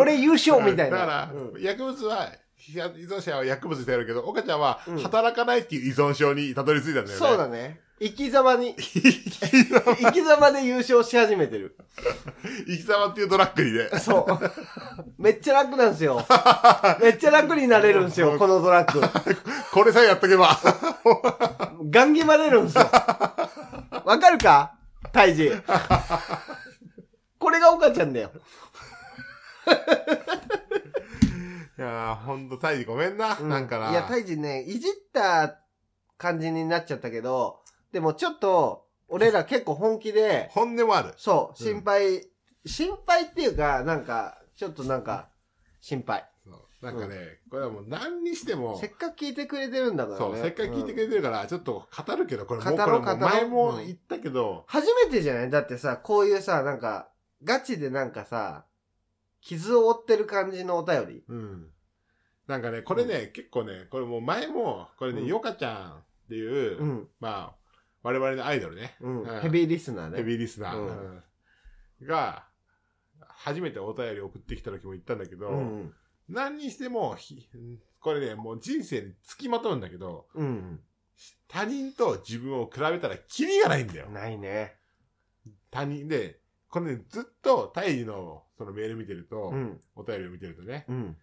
Speaker 2: 俺優勝みた
Speaker 1: だ
Speaker 2: いな。
Speaker 1: から、
Speaker 2: うん
Speaker 1: 薬物は、依存者は薬物に頼るけど、岡ちゃんは
Speaker 2: うん
Speaker 1: 働かないっていう依存症にたどり着いたんだよね。
Speaker 2: そうだね。生き様に、生き様で優勝し始めてる。
Speaker 1: 生き様っていうドラッグにね。
Speaker 2: そう。めっちゃ楽なんですよ。めっちゃ楽になれるんですよ、このドラッグ。
Speaker 1: これさえやっとけば。
Speaker 2: ガン決まれるん ですよ。わかるか胎児。これが岡ちゃんだよ。
Speaker 1: いやー、ほんと、大事ごめんな。なんかな。
Speaker 2: いや、胎児ね、いじった感じになっちゃったけど、でもちょっと、俺ら結構本気で、
Speaker 1: 本音もある。
Speaker 2: そう、
Speaker 1: うん
Speaker 2: 心配、心配っていうか、なんか、ちょっとなんか、心配。
Speaker 1: そうなんかね、これはもう何にしても
Speaker 2: せ、っかく聞いてくれてるんだからね。
Speaker 1: そう、せっかく聞いてく
Speaker 2: う
Speaker 1: れ
Speaker 2: ん
Speaker 1: てるから、ちょっと語るけど、これもう、
Speaker 2: 語
Speaker 1: これ
Speaker 2: ろう
Speaker 1: もう
Speaker 2: 語ろう
Speaker 1: 前も言ったけど、
Speaker 2: 初めてじゃないだってさ、こういうさ、なんか、ガチでなんかさ、傷を負ってる感じのお便り。
Speaker 1: うん。なんかね、これね、結構ね、これもう前も、これね、
Speaker 2: うん
Speaker 1: ヨカちゃんっていう、
Speaker 2: うん、
Speaker 1: まあ、我々のアイドルね、
Speaker 2: うん、
Speaker 1: うん
Speaker 2: ヘビーリスナーね。
Speaker 1: ヘビーリスナー、
Speaker 2: うん
Speaker 1: うんが、初めてお便り送ってきた時も言ったんだけど、
Speaker 2: うん、
Speaker 1: 何にしてもひこれねもう人生につきまとうんだけど
Speaker 2: うん。
Speaker 1: 他人と自分を比べたらキリがないんだよ
Speaker 2: ないね。
Speaker 1: 他人でこれねずっと大義のそのメール見てると、
Speaker 2: うん。
Speaker 1: お便りを見てるとね
Speaker 2: うん。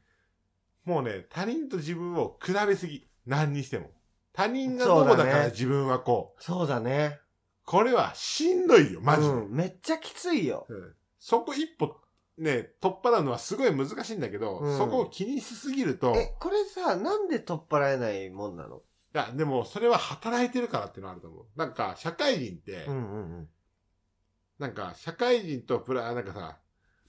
Speaker 1: もうね他人と自分を比べすぎ何にしても他人がどうだか
Speaker 2: そうだ
Speaker 1: ら
Speaker 2: ね
Speaker 1: 自分はこう
Speaker 2: そうだね。
Speaker 1: これはしんどいよマジで、
Speaker 2: うん。めっちゃきついよ。
Speaker 1: うんそこ一歩ね突破なのはすごい難しいんだけど、
Speaker 2: うん
Speaker 1: そこを気にしすぎると
Speaker 2: え、これさ、なんで取っ払えないもんなの
Speaker 1: いや、でも、それは働いてるからってのあると思う。なんか、社会人って、
Speaker 2: んうんうん。
Speaker 1: なんか、社会人とプラ、なんかさ、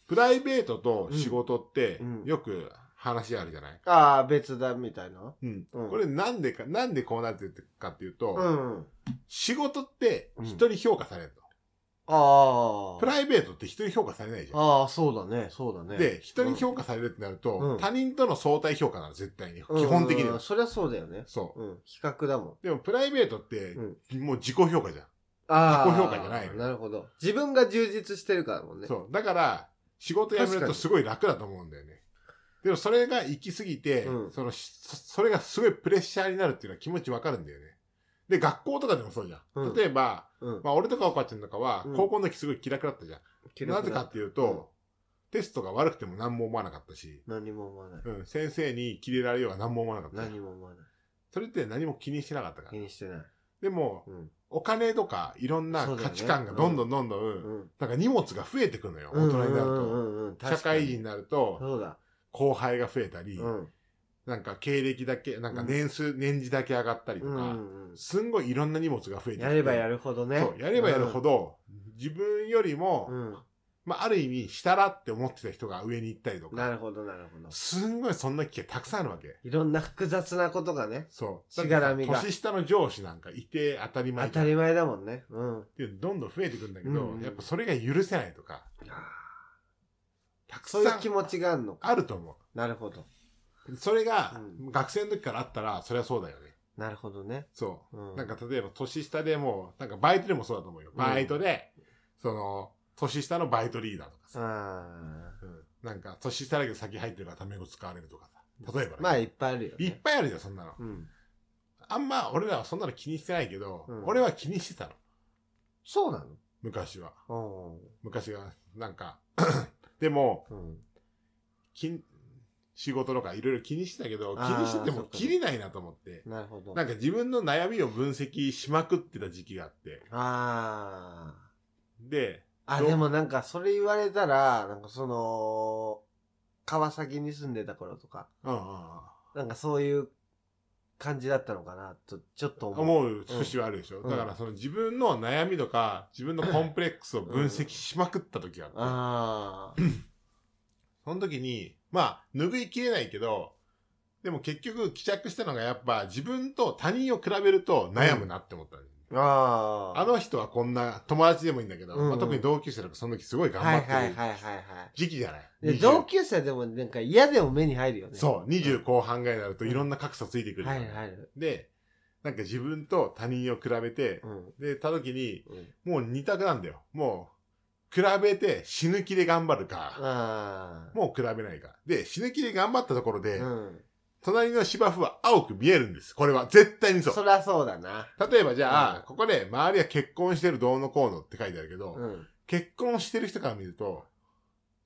Speaker 1: プライベートと仕事って
Speaker 2: うんう、ん
Speaker 1: よく話あるじゃない、
Speaker 2: ああ、別だみたいな。
Speaker 1: うん
Speaker 2: うん
Speaker 1: これなんでか、なんでこうなってるかっていうと、
Speaker 2: うん。
Speaker 1: 仕事って人に評価されると。
Speaker 2: ああ。
Speaker 1: プライベートって人に評価されないじゃん。
Speaker 2: ああ、そうだね、そうだね。
Speaker 1: で、人に評価されるってなると、
Speaker 2: うん
Speaker 1: 他人との相対評価なの、絶対に。基
Speaker 2: うん
Speaker 1: 本的に
Speaker 2: う
Speaker 1: は
Speaker 2: ん。そりゃそうだよね。
Speaker 1: そう。
Speaker 2: うん、比較だもん。
Speaker 1: でも、プライベートって、もう自己評価じゃん。
Speaker 2: ああ。
Speaker 1: 自己評価じゃないよ
Speaker 2: なるほど。自分が充実してるからだもんね。
Speaker 1: そう。だから、仕事辞める
Speaker 2: 確か
Speaker 1: と
Speaker 2: に
Speaker 1: すごい楽だと思うんだよね。でもそれが行き過ぎて、
Speaker 2: うん
Speaker 1: そのしそ、それがすごいプレッシャーになるっていうのは気持ちわかるんだよね。で、学校とかでもそうじゃん。
Speaker 2: うん
Speaker 1: 例えば、
Speaker 2: うん。
Speaker 1: まあ俺とかお母ちゃんとかは
Speaker 2: う、ん
Speaker 1: 高校の時すごい気楽だったじゃん。
Speaker 2: 気
Speaker 1: な
Speaker 2: 楽
Speaker 1: ぜかっていうと、テストが悪くても何も思わなかったし、
Speaker 2: 何も思わない。
Speaker 1: うん、先生にキレられようが何も思わなかったじゃん。
Speaker 2: 何も思わない。
Speaker 1: それって何も気にしてなかったか
Speaker 2: 気
Speaker 1: ら。
Speaker 2: にしてない。
Speaker 1: でも、
Speaker 2: うん。
Speaker 1: お金とかいろんな
Speaker 2: そうだよ
Speaker 1: 価
Speaker 2: ね
Speaker 1: 値観がどんどんどんどん、
Speaker 2: うん。
Speaker 1: なんか荷物が増えてくのよ、大人になると。
Speaker 2: うんうんうんうん。確か
Speaker 1: 社会人になると
Speaker 2: そうだ。
Speaker 1: 後輩が増えたり、
Speaker 2: うん。
Speaker 1: なんか経歴だけなんか年数、年次だけ上がったりと
Speaker 2: う
Speaker 1: か、
Speaker 2: んうん。
Speaker 1: すんごいいろんな荷物が増えて
Speaker 2: やればや
Speaker 1: る、
Speaker 2: るほどね。
Speaker 1: そうやればやるほ
Speaker 2: ど。
Speaker 1: ど、自分よりも、
Speaker 2: うん。
Speaker 1: まあ、ある意味したらって思ってた人が上に行ったりと
Speaker 2: な
Speaker 1: か
Speaker 2: るほど、なるほど。
Speaker 1: すんごいそんな機会たくさんあるわけ
Speaker 2: いろんな複雑なことがね。
Speaker 1: そう
Speaker 2: しがらみが
Speaker 1: だってさ年下の上司なんかいて当たり
Speaker 2: 当
Speaker 1: 前じゃ
Speaker 2: た
Speaker 1: んっ
Speaker 2: り前だもんね。うん。
Speaker 1: ていうどんどん増えてくんだけど、
Speaker 2: うんうん
Speaker 1: やっぱそれが許せないとかたくさ
Speaker 2: そういう気
Speaker 1: ん
Speaker 2: 持ちがあるのか。
Speaker 1: あると思
Speaker 2: なるほど。
Speaker 1: うそれが
Speaker 2: う
Speaker 1: 学生の時からあったらそれはそうだよね
Speaker 2: なるほどね。
Speaker 1: そう
Speaker 2: うん。
Speaker 1: なんか例えば年下でもう、なんかバイトでもそうだと思うよ。
Speaker 2: うん
Speaker 1: バイトで、その、年下のバイトリーダーとかさ、
Speaker 2: あ
Speaker 1: うんなんか年下だけど先入ってるからタメ語使われるとかさ、例えばね
Speaker 2: ーまあ、いっぱいあるよ、
Speaker 1: いっ
Speaker 2: ね。
Speaker 1: ぱいあるじゃん、そんなの。
Speaker 2: うん。
Speaker 1: あんま俺らはそんなの気にしてないけど、
Speaker 2: うん
Speaker 1: 俺は気にしてたの、
Speaker 2: そうな
Speaker 1: 昔は。
Speaker 2: のお
Speaker 1: 昔は、なんか、 でも、
Speaker 2: ーうん。
Speaker 1: きん仕事とかいろいろ気にしてたけど、気
Speaker 2: あー
Speaker 1: にしてても
Speaker 2: そっか
Speaker 1: きりないなと思って、
Speaker 2: なるほど。
Speaker 1: なんか自分の悩みを分析しまくってた時期があって、
Speaker 2: ああ。
Speaker 1: で、
Speaker 2: あ、
Speaker 1: どう
Speaker 2: でもなんかそれ言われたら、なんかその、川崎に住んでた頃とか、
Speaker 1: うんうんうん。
Speaker 2: なんかそういう感じだったのかな、と、ちょっと思う。
Speaker 1: 思う節はあるでしょ、
Speaker 2: うん
Speaker 1: だからその自分の悩みとか自分のコンプレックスを分析しまくった時があって、
Speaker 2: ああ。
Speaker 1: その時にまあ拭いきれないけどでも結局帰着したのがやっぱ自分と他人を比べると悩むなって思ったんだよね、
Speaker 2: ああ。
Speaker 1: あの人はこんな友達でもいいんだけど、
Speaker 2: うんうん
Speaker 1: まあ、特に同級生とかその時すごい頑
Speaker 2: は
Speaker 1: 張
Speaker 2: い
Speaker 1: っ
Speaker 2: はいはい
Speaker 1: てる
Speaker 2: はいはい。
Speaker 1: 時期じゃない、
Speaker 2: で
Speaker 1: 20
Speaker 2: 同級生でもなんか嫌でも目に入るよね。
Speaker 1: そう20後半ぐらいになるといろんな格差ついてくるじゃ
Speaker 2: は
Speaker 1: ない
Speaker 2: い入る。
Speaker 1: でなんか自分と他人を比べて
Speaker 2: うん。
Speaker 1: でた時に
Speaker 2: うん
Speaker 1: もう二択なんだよ。もう、比べて死ぬ気で頑張るか、
Speaker 2: ああ。
Speaker 1: もう比べないか。で、死ぬ気で頑張ったところで、
Speaker 2: うん。
Speaker 1: 隣の芝生は青く見えるんです。これは絶対にそう。
Speaker 2: そりゃそうだな。
Speaker 1: 例えばじゃあ、
Speaker 2: うん
Speaker 1: ここで周りは結婚してるどうのこうのって書いてあるけど、
Speaker 2: うん。
Speaker 1: 結婚してる人から見ると、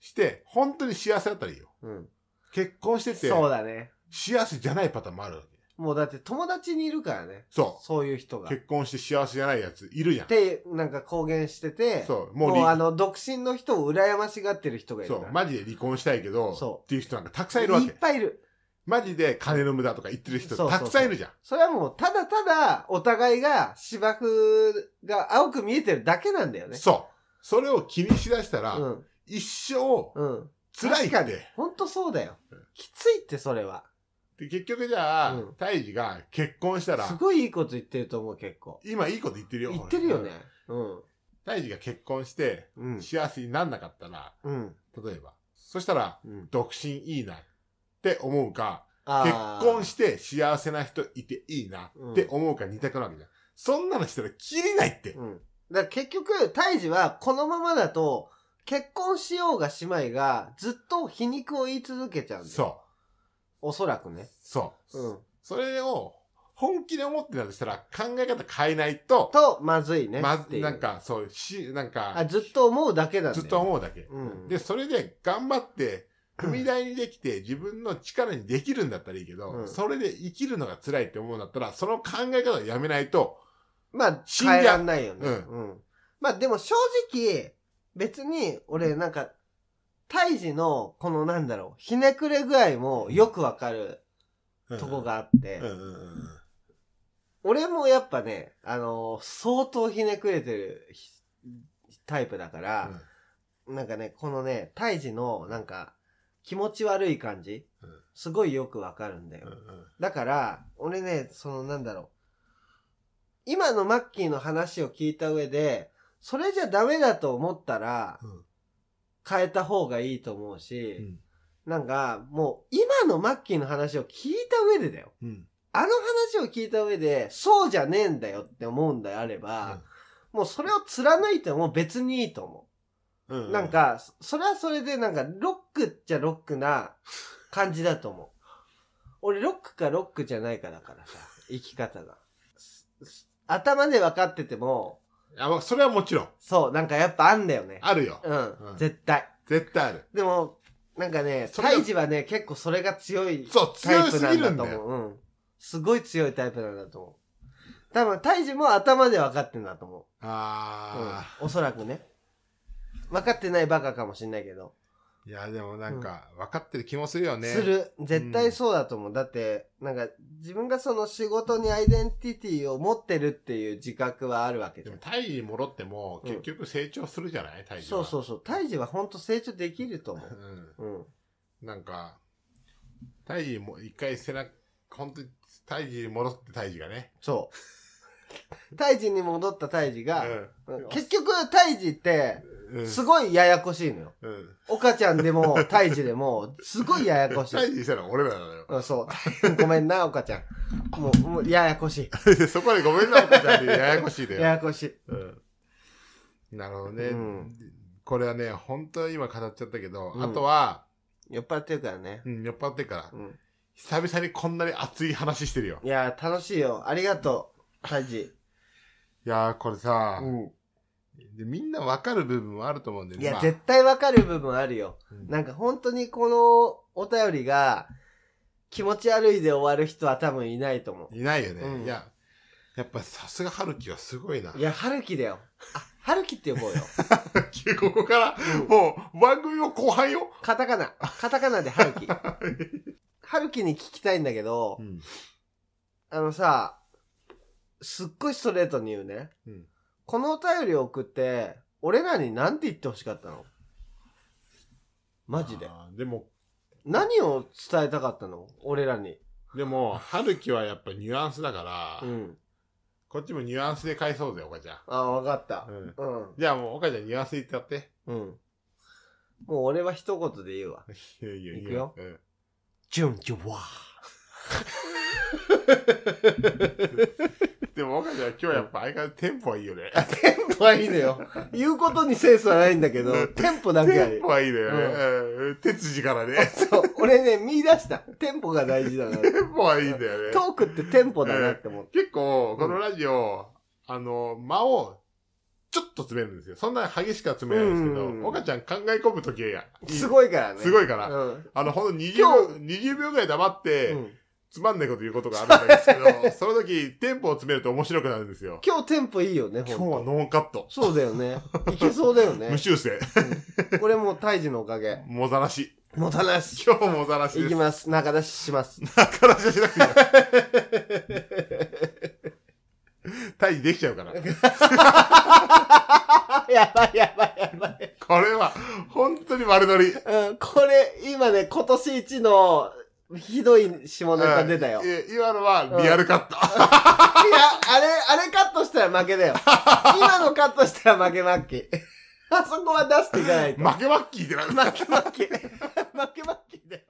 Speaker 1: して、本当に幸せだったらいいよ。
Speaker 2: うん。
Speaker 1: 結婚してて、
Speaker 2: そうだね。
Speaker 1: 幸せじゃないパターンもあるわけ。
Speaker 2: もうだって友達にいるからね。
Speaker 1: そ
Speaker 2: そういう人
Speaker 1: う。
Speaker 2: が。っ
Speaker 1: 結婚して幸せじゃないやついるじゃん。
Speaker 2: て、なんか公言してて、
Speaker 1: そう。もう
Speaker 2: もう
Speaker 1: 離
Speaker 2: あの、独身の人を羨ましがってる人がいる
Speaker 1: そ
Speaker 2: から。
Speaker 1: う。マジで離婚したいけど、
Speaker 2: そう
Speaker 1: っていう人なんかたくさんいるわけ。
Speaker 2: いっぱいいる。
Speaker 1: マジで金の無駄とか言ってる人
Speaker 2: そうそう
Speaker 1: た
Speaker 2: そう
Speaker 1: くさんいるじゃん。
Speaker 2: それはもう、ただただ、お互いが芝生が青く見えてるだけなんだよね。
Speaker 1: そう。それを気にしだしたら、
Speaker 2: うん。
Speaker 1: 一生
Speaker 2: うん。
Speaker 1: 辛いって。
Speaker 2: 確かに
Speaker 1: で
Speaker 2: ほんとそうだよ
Speaker 1: うん。
Speaker 2: きついって、それは。
Speaker 1: 結局じゃあ、
Speaker 2: うん
Speaker 1: 大治が結婚したら
Speaker 2: す、ごいいいこと言ってると思う、結構。
Speaker 1: 今いいこと言ってるよ。
Speaker 2: 言ってるよね。うん。
Speaker 1: 大治が結婚して、
Speaker 2: うん。
Speaker 1: 幸せになんなかったら、
Speaker 2: うん。
Speaker 1: 例えば。そしたら、
Speaker 2: うん。
Speaker 1: 独身いいなって思うか、結
Speaker 2: あー
Speaker 1: 婚して幸せな人いていいなって思うか二択なわけじゃん。そんなのしたら、切りないって。
Speaker 2: うん。だから結局、胎児はこのままだと、結婚しようが姉妹がずっと皮肉を言い続けちゃうんだよ。
Speaker 1: そ
Speaker 2: おそらくね。
Speaker 1: そう。
Speaker 2: うん。
Speaker 1: それを本気で思ってたとしたら考え方変えないと、
Speaker 2: と、まずいね。
Speaker 1: ま
Speaker 2: っ、ていう
Speaker 1: なん、か、そう、し、なん
Speaker 2: あ、
Speaker 1: か、
Speaker 2: ずっと思うだけなんだよ
Speaker 1: ずっと思うだけ。
Speaker 2: うん。
Speaker 1: で、それで頑張って、踏み台にできて自分の力にできるんだったらいいけど、
Speaker 2: うん
Speaker 1: それで生きるのが辛いって思うんだったら、その考え方をやめないと、
Speaker 2: まあ、
Speaker 1: 死んじゃう
Speaker 2: 変えらんないよね。
Speaker 1: うん
Speaker 2: うん。まあ、でも正直、別に、俺、なんか、胎児の、このなんだろう、ひねくれ具合もよくわかるとこがあって、
Speaker 1: うんうんうんうん。
Speaker 2: 俺もやっぱね、あのー相当ひねくれてるひタイプだから、なんかね、このね、胎児の、なんか、気持ち悪い感じ
Speaker 1: うん、
Speaker 2: すごいよくわかるんだよ。
Speaker 1: うんうん
Speaker 2: だから、俺ね、そのなんだろう。今のマッキーの話を聞いた上で、それじゃダメだと思ったら、
Speaker 1: うん
Speaker 2: 変えた方がいいと思う
Speaker 1: う
Speaker 2: し、
Speaker 1: ん
Speaker 2: なんか、もう今のマッキーの話を聞いた上でだよ。
Speaker 1: うん
Speaker 2: あの話を聞いた上で、そうじゃねえんだよって思うんであれば、もうそれを貫いても別にいいと思
Speaker 1: う
Speaker 2: う。
Speaker 1: ん
Speaker 2: なん、か、そそれはそれでなんか、ロックっちゃロックな感じだと思う。俺、ロックかロックじゃないかだからさ、生き方が。すす頭で分かってても、
Speaker 1: あまあそれはもちろん、
Speaker 2: そう、なんかやっぱあんだよね。
Speaker 1: あるよ。
Speaker 2: うん、
Speaker 1: うん
Speaker 2: 絶対。
Speaker 1: 絶対ある。
Speaker 2: でも、なんかね、
Speaker 1: それが
Speaker 2: 胎児はね、結構それが強い。
Speaker 1: そう、
Speaker 2: タ
Speaker 1: 強
Speaker 2: イプ
Speaker 1: す
Speaker 2: なん
Speaker 1: ぎる
Speaker 2: だ
Speaker 1: ん
Speaker 2: と
Speaker 1: だ
Speaker 2: 思
Speaker 1: よ。
Speaker 2: う。うん。すごい強いタイプなんだと思う。多分、胎児も頭で分かってんだと思う。
Speaker 1: あ
Speaker 2: うん。おそらくね。分かってないバカかもしんないけど。
Speaker 1: ー。いや、でもなんか、分かってる気もするよね。
Speaker 2: す。る。絶対そうだと思う。だって、なんか、自分がその仕事にアイデンティティを持ってるっていう自覚はあるわけじ
Speaker 1: で
Speaker 2: ゃ
Speaker 1: も、
Speaker 2: ん。
Speaker 1: 体に戻っても、
Speaker 2: うん
Speaker 1: 結局成長するじゃない体。
Speaker 2: そうそううそう。胎児はほんと成長できると思う。
Speaker 1: うん。
Speaker 2: うん。
Speaker 1: なんか、胎児も一回背中、本当に胎児に戻って胎児がね。
Speaker 2: そう。 胎児に戻った胎児が、
Speaker 1: うん
Speaker 2: 結局胎児って、
Speaker 1: うん。
Speaker 2: すごいややこしいのよ。
Speaker 1: うん。
Speaker 2: 岡ちゃんでも、タイジでも、すごいややこしい。
Speaker 1: 胎児したのは俺らだよ。
Speaker 2: うん、そう。 ごめんな、岡ちゃん。もう、もうややこし
Speaker 1: そこでごめんな、お母ちゃんでややこしい
Speaker 2: い。
Speaker 1: だ
Speaker 2: や
Speaker 1: よ。
Speaker 2: やこしい。
Speaker 1: うん。なるほどね。
Speaker 2: うん
Speaker 1: これはね、本当に今語っちゃったけど、
Speaker 2: うん
Speaker 1: あとは、
Speaker 2: 酔っ払ってるからね
Speaker 1: う。ん、酔っ払ってから、
Speaker 2: うん。
Speaker 1: 久々にこんなに熱い話してるよ。
Speaker 2: いや、楽しいよ。ありがとう、タイジ。
Speaker 1: いやー、これさ、
Speaker 2: うん。
Speaker 1: でみんなわかる部分はあると思うんだよ
Speaker 2: い
Speaker 1: ね。
Speaker 2: や、
Speaker 1: まあ
Speaker 2: 絶対わかる部分あるよ。
Speaker 1: うん
Speaker 2: なんか本当にこのお便りが、気持ち悪いで終わる人は多分いないと思
Speaker 1: いないよね。
Speaker 2: うん
Speaker 1: いや、やっぱさすが春樹はすごいな。
Speaker 2: う。いや、春樹だよ。あ、春樹って呼ぼうよ。
Speaker 1: 急 ここから、もう、番組の後半よ。
Speaker 2: カタカナ。カタカナで春樹。春樹に聞きたいんだけど、
Speaker 1: うん。
Speaker 2: あのさ、すっごいストレートに言うね。
Speaker 1: うん
Speaker 2: このお便りを送って、俺らに何て言ってほしかったのマジで。
Speaker 1: あーでも、
Speaker 2: 何を伝えたかったの俺らに。
Speaker 1: でも、春樹はやっぱニュアンスだから、
Speaker 2: うん。
Speaker 1: こっちもニュアンスで返そうぜ、おかちゃん。
Speaker 2: あ、わかった。
Speaker 1: うん。
Speaker 2: うん。
Speaker 1: じゃあもう、おかちゃんニュアンス言ってや って。
Speaker 2: うん。もう俺は一言で言うわ。
Speaker 1: いやいやいや
Speaker 2: いくよ
Speaker 1: うん
Speaker 2: ジュンジュワ
Speaker 1: でも、おかちゃん今日やっぱ相変わらずテンポはいいよね。
Speaker 2: テンポはいいのよ。言うことにセンスはないんだけど、テンポだけ は
Speaker 1: テ
Speaker 2: いい
Speaker 1: ンポ。はいいだよね。うん手筋から ね。
Speaker 2: そう。俺ね、見出した。テンポが大事だな。
Speaker 1: テンポはいいんだよね。
Speaker 2: トークってテンポだなって思って。
Speaker 1: 結構、このラジオ、あの、間を、ちょっと詰めるんですよ。そんな激しくは詰めないんですけ
Speaker 2: うんうんうん
Speaker 1: ど、岡ちゃん考え込むときや。
Speaker 2: す
Speaker 1: い。
Speaker 2: ごいからね。
Speaker 1: すごいから。
Speaker 2: うん。
Speaker 1: あの、ほんと20
Speaker 2: 今
Speaker 1: 秒、20秒ぐらい黙って、
Speaker 2: うん
Speaker 1: つまんないこと言うことがあるんですけ ど、その時、テンポを詰めると面白くなるんですよ。
Speaker 2: 今日テンポいいよね、ほん
Speaker 1: 今
Speaker 2: と
Speaker 1: 日はノーカット。
Speaker 2: そうだよね。いけそうだよね
Speaker 1: 無。修正。
Speaker 2: これもう胎児のおかげ。
Speaker 1: もざらし。
Speaker 2: もたなし。
Speaker 1: 今日もざらし
Speaker 2: い
Speaker 1: で
Speaker 2: き
Speaker 1: す。
Speaker 2: ます。中出しします。
Speaker 1: からしはしなくていい。退治できちゃう から。
Speaker 2: あ、やばいやばいやばい。
Speaker 1: これは、本当に丸乗り。
Speaker 2: うん、これ、今ね、今年一の、ひどい下ネタ出たよ。いや、
Speaker 1: え今のはリアルカット。
Speaker 2: あれ、あれカットしたら負けだ よ。今のカットしたら負け負け。あそこは出していかないと。
Speaker 1: 負けマッキーってなる。
Speaker 2: 負け負け。負け負けだよ。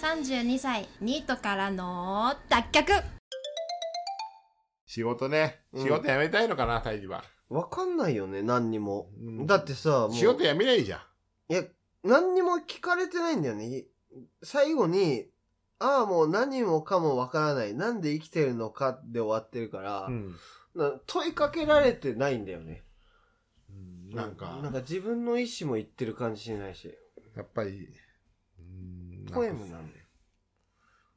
Speaker 3: 32歳ニートからの脱却
Speaker 1: 仕事ね。
Speaker 2: うん
Speaker 1: 仕事辞めたいのかな、大治は。
Speaker 2: わかんないよね、何にも。
Speaker 1: うん
Speaker 2: だってさ、もう。
Speaker 1: 仕事辞めりゃいいじゃん。
Speaker 2: いや、何にも聞かれてないんだよね。最後に、ああ、もう何もかもわからない。なんで生きてるのかで終わってるから、
Speaker 1: うん
Speaker 2: な問いかけられてないんだよね。
Speaker 1: なんか、
Speaker 2: なんか自分の意思も言ってる感じしないし。
Speaker 1: やっぱり、うん
Speaker 2: ポエムなんだよ。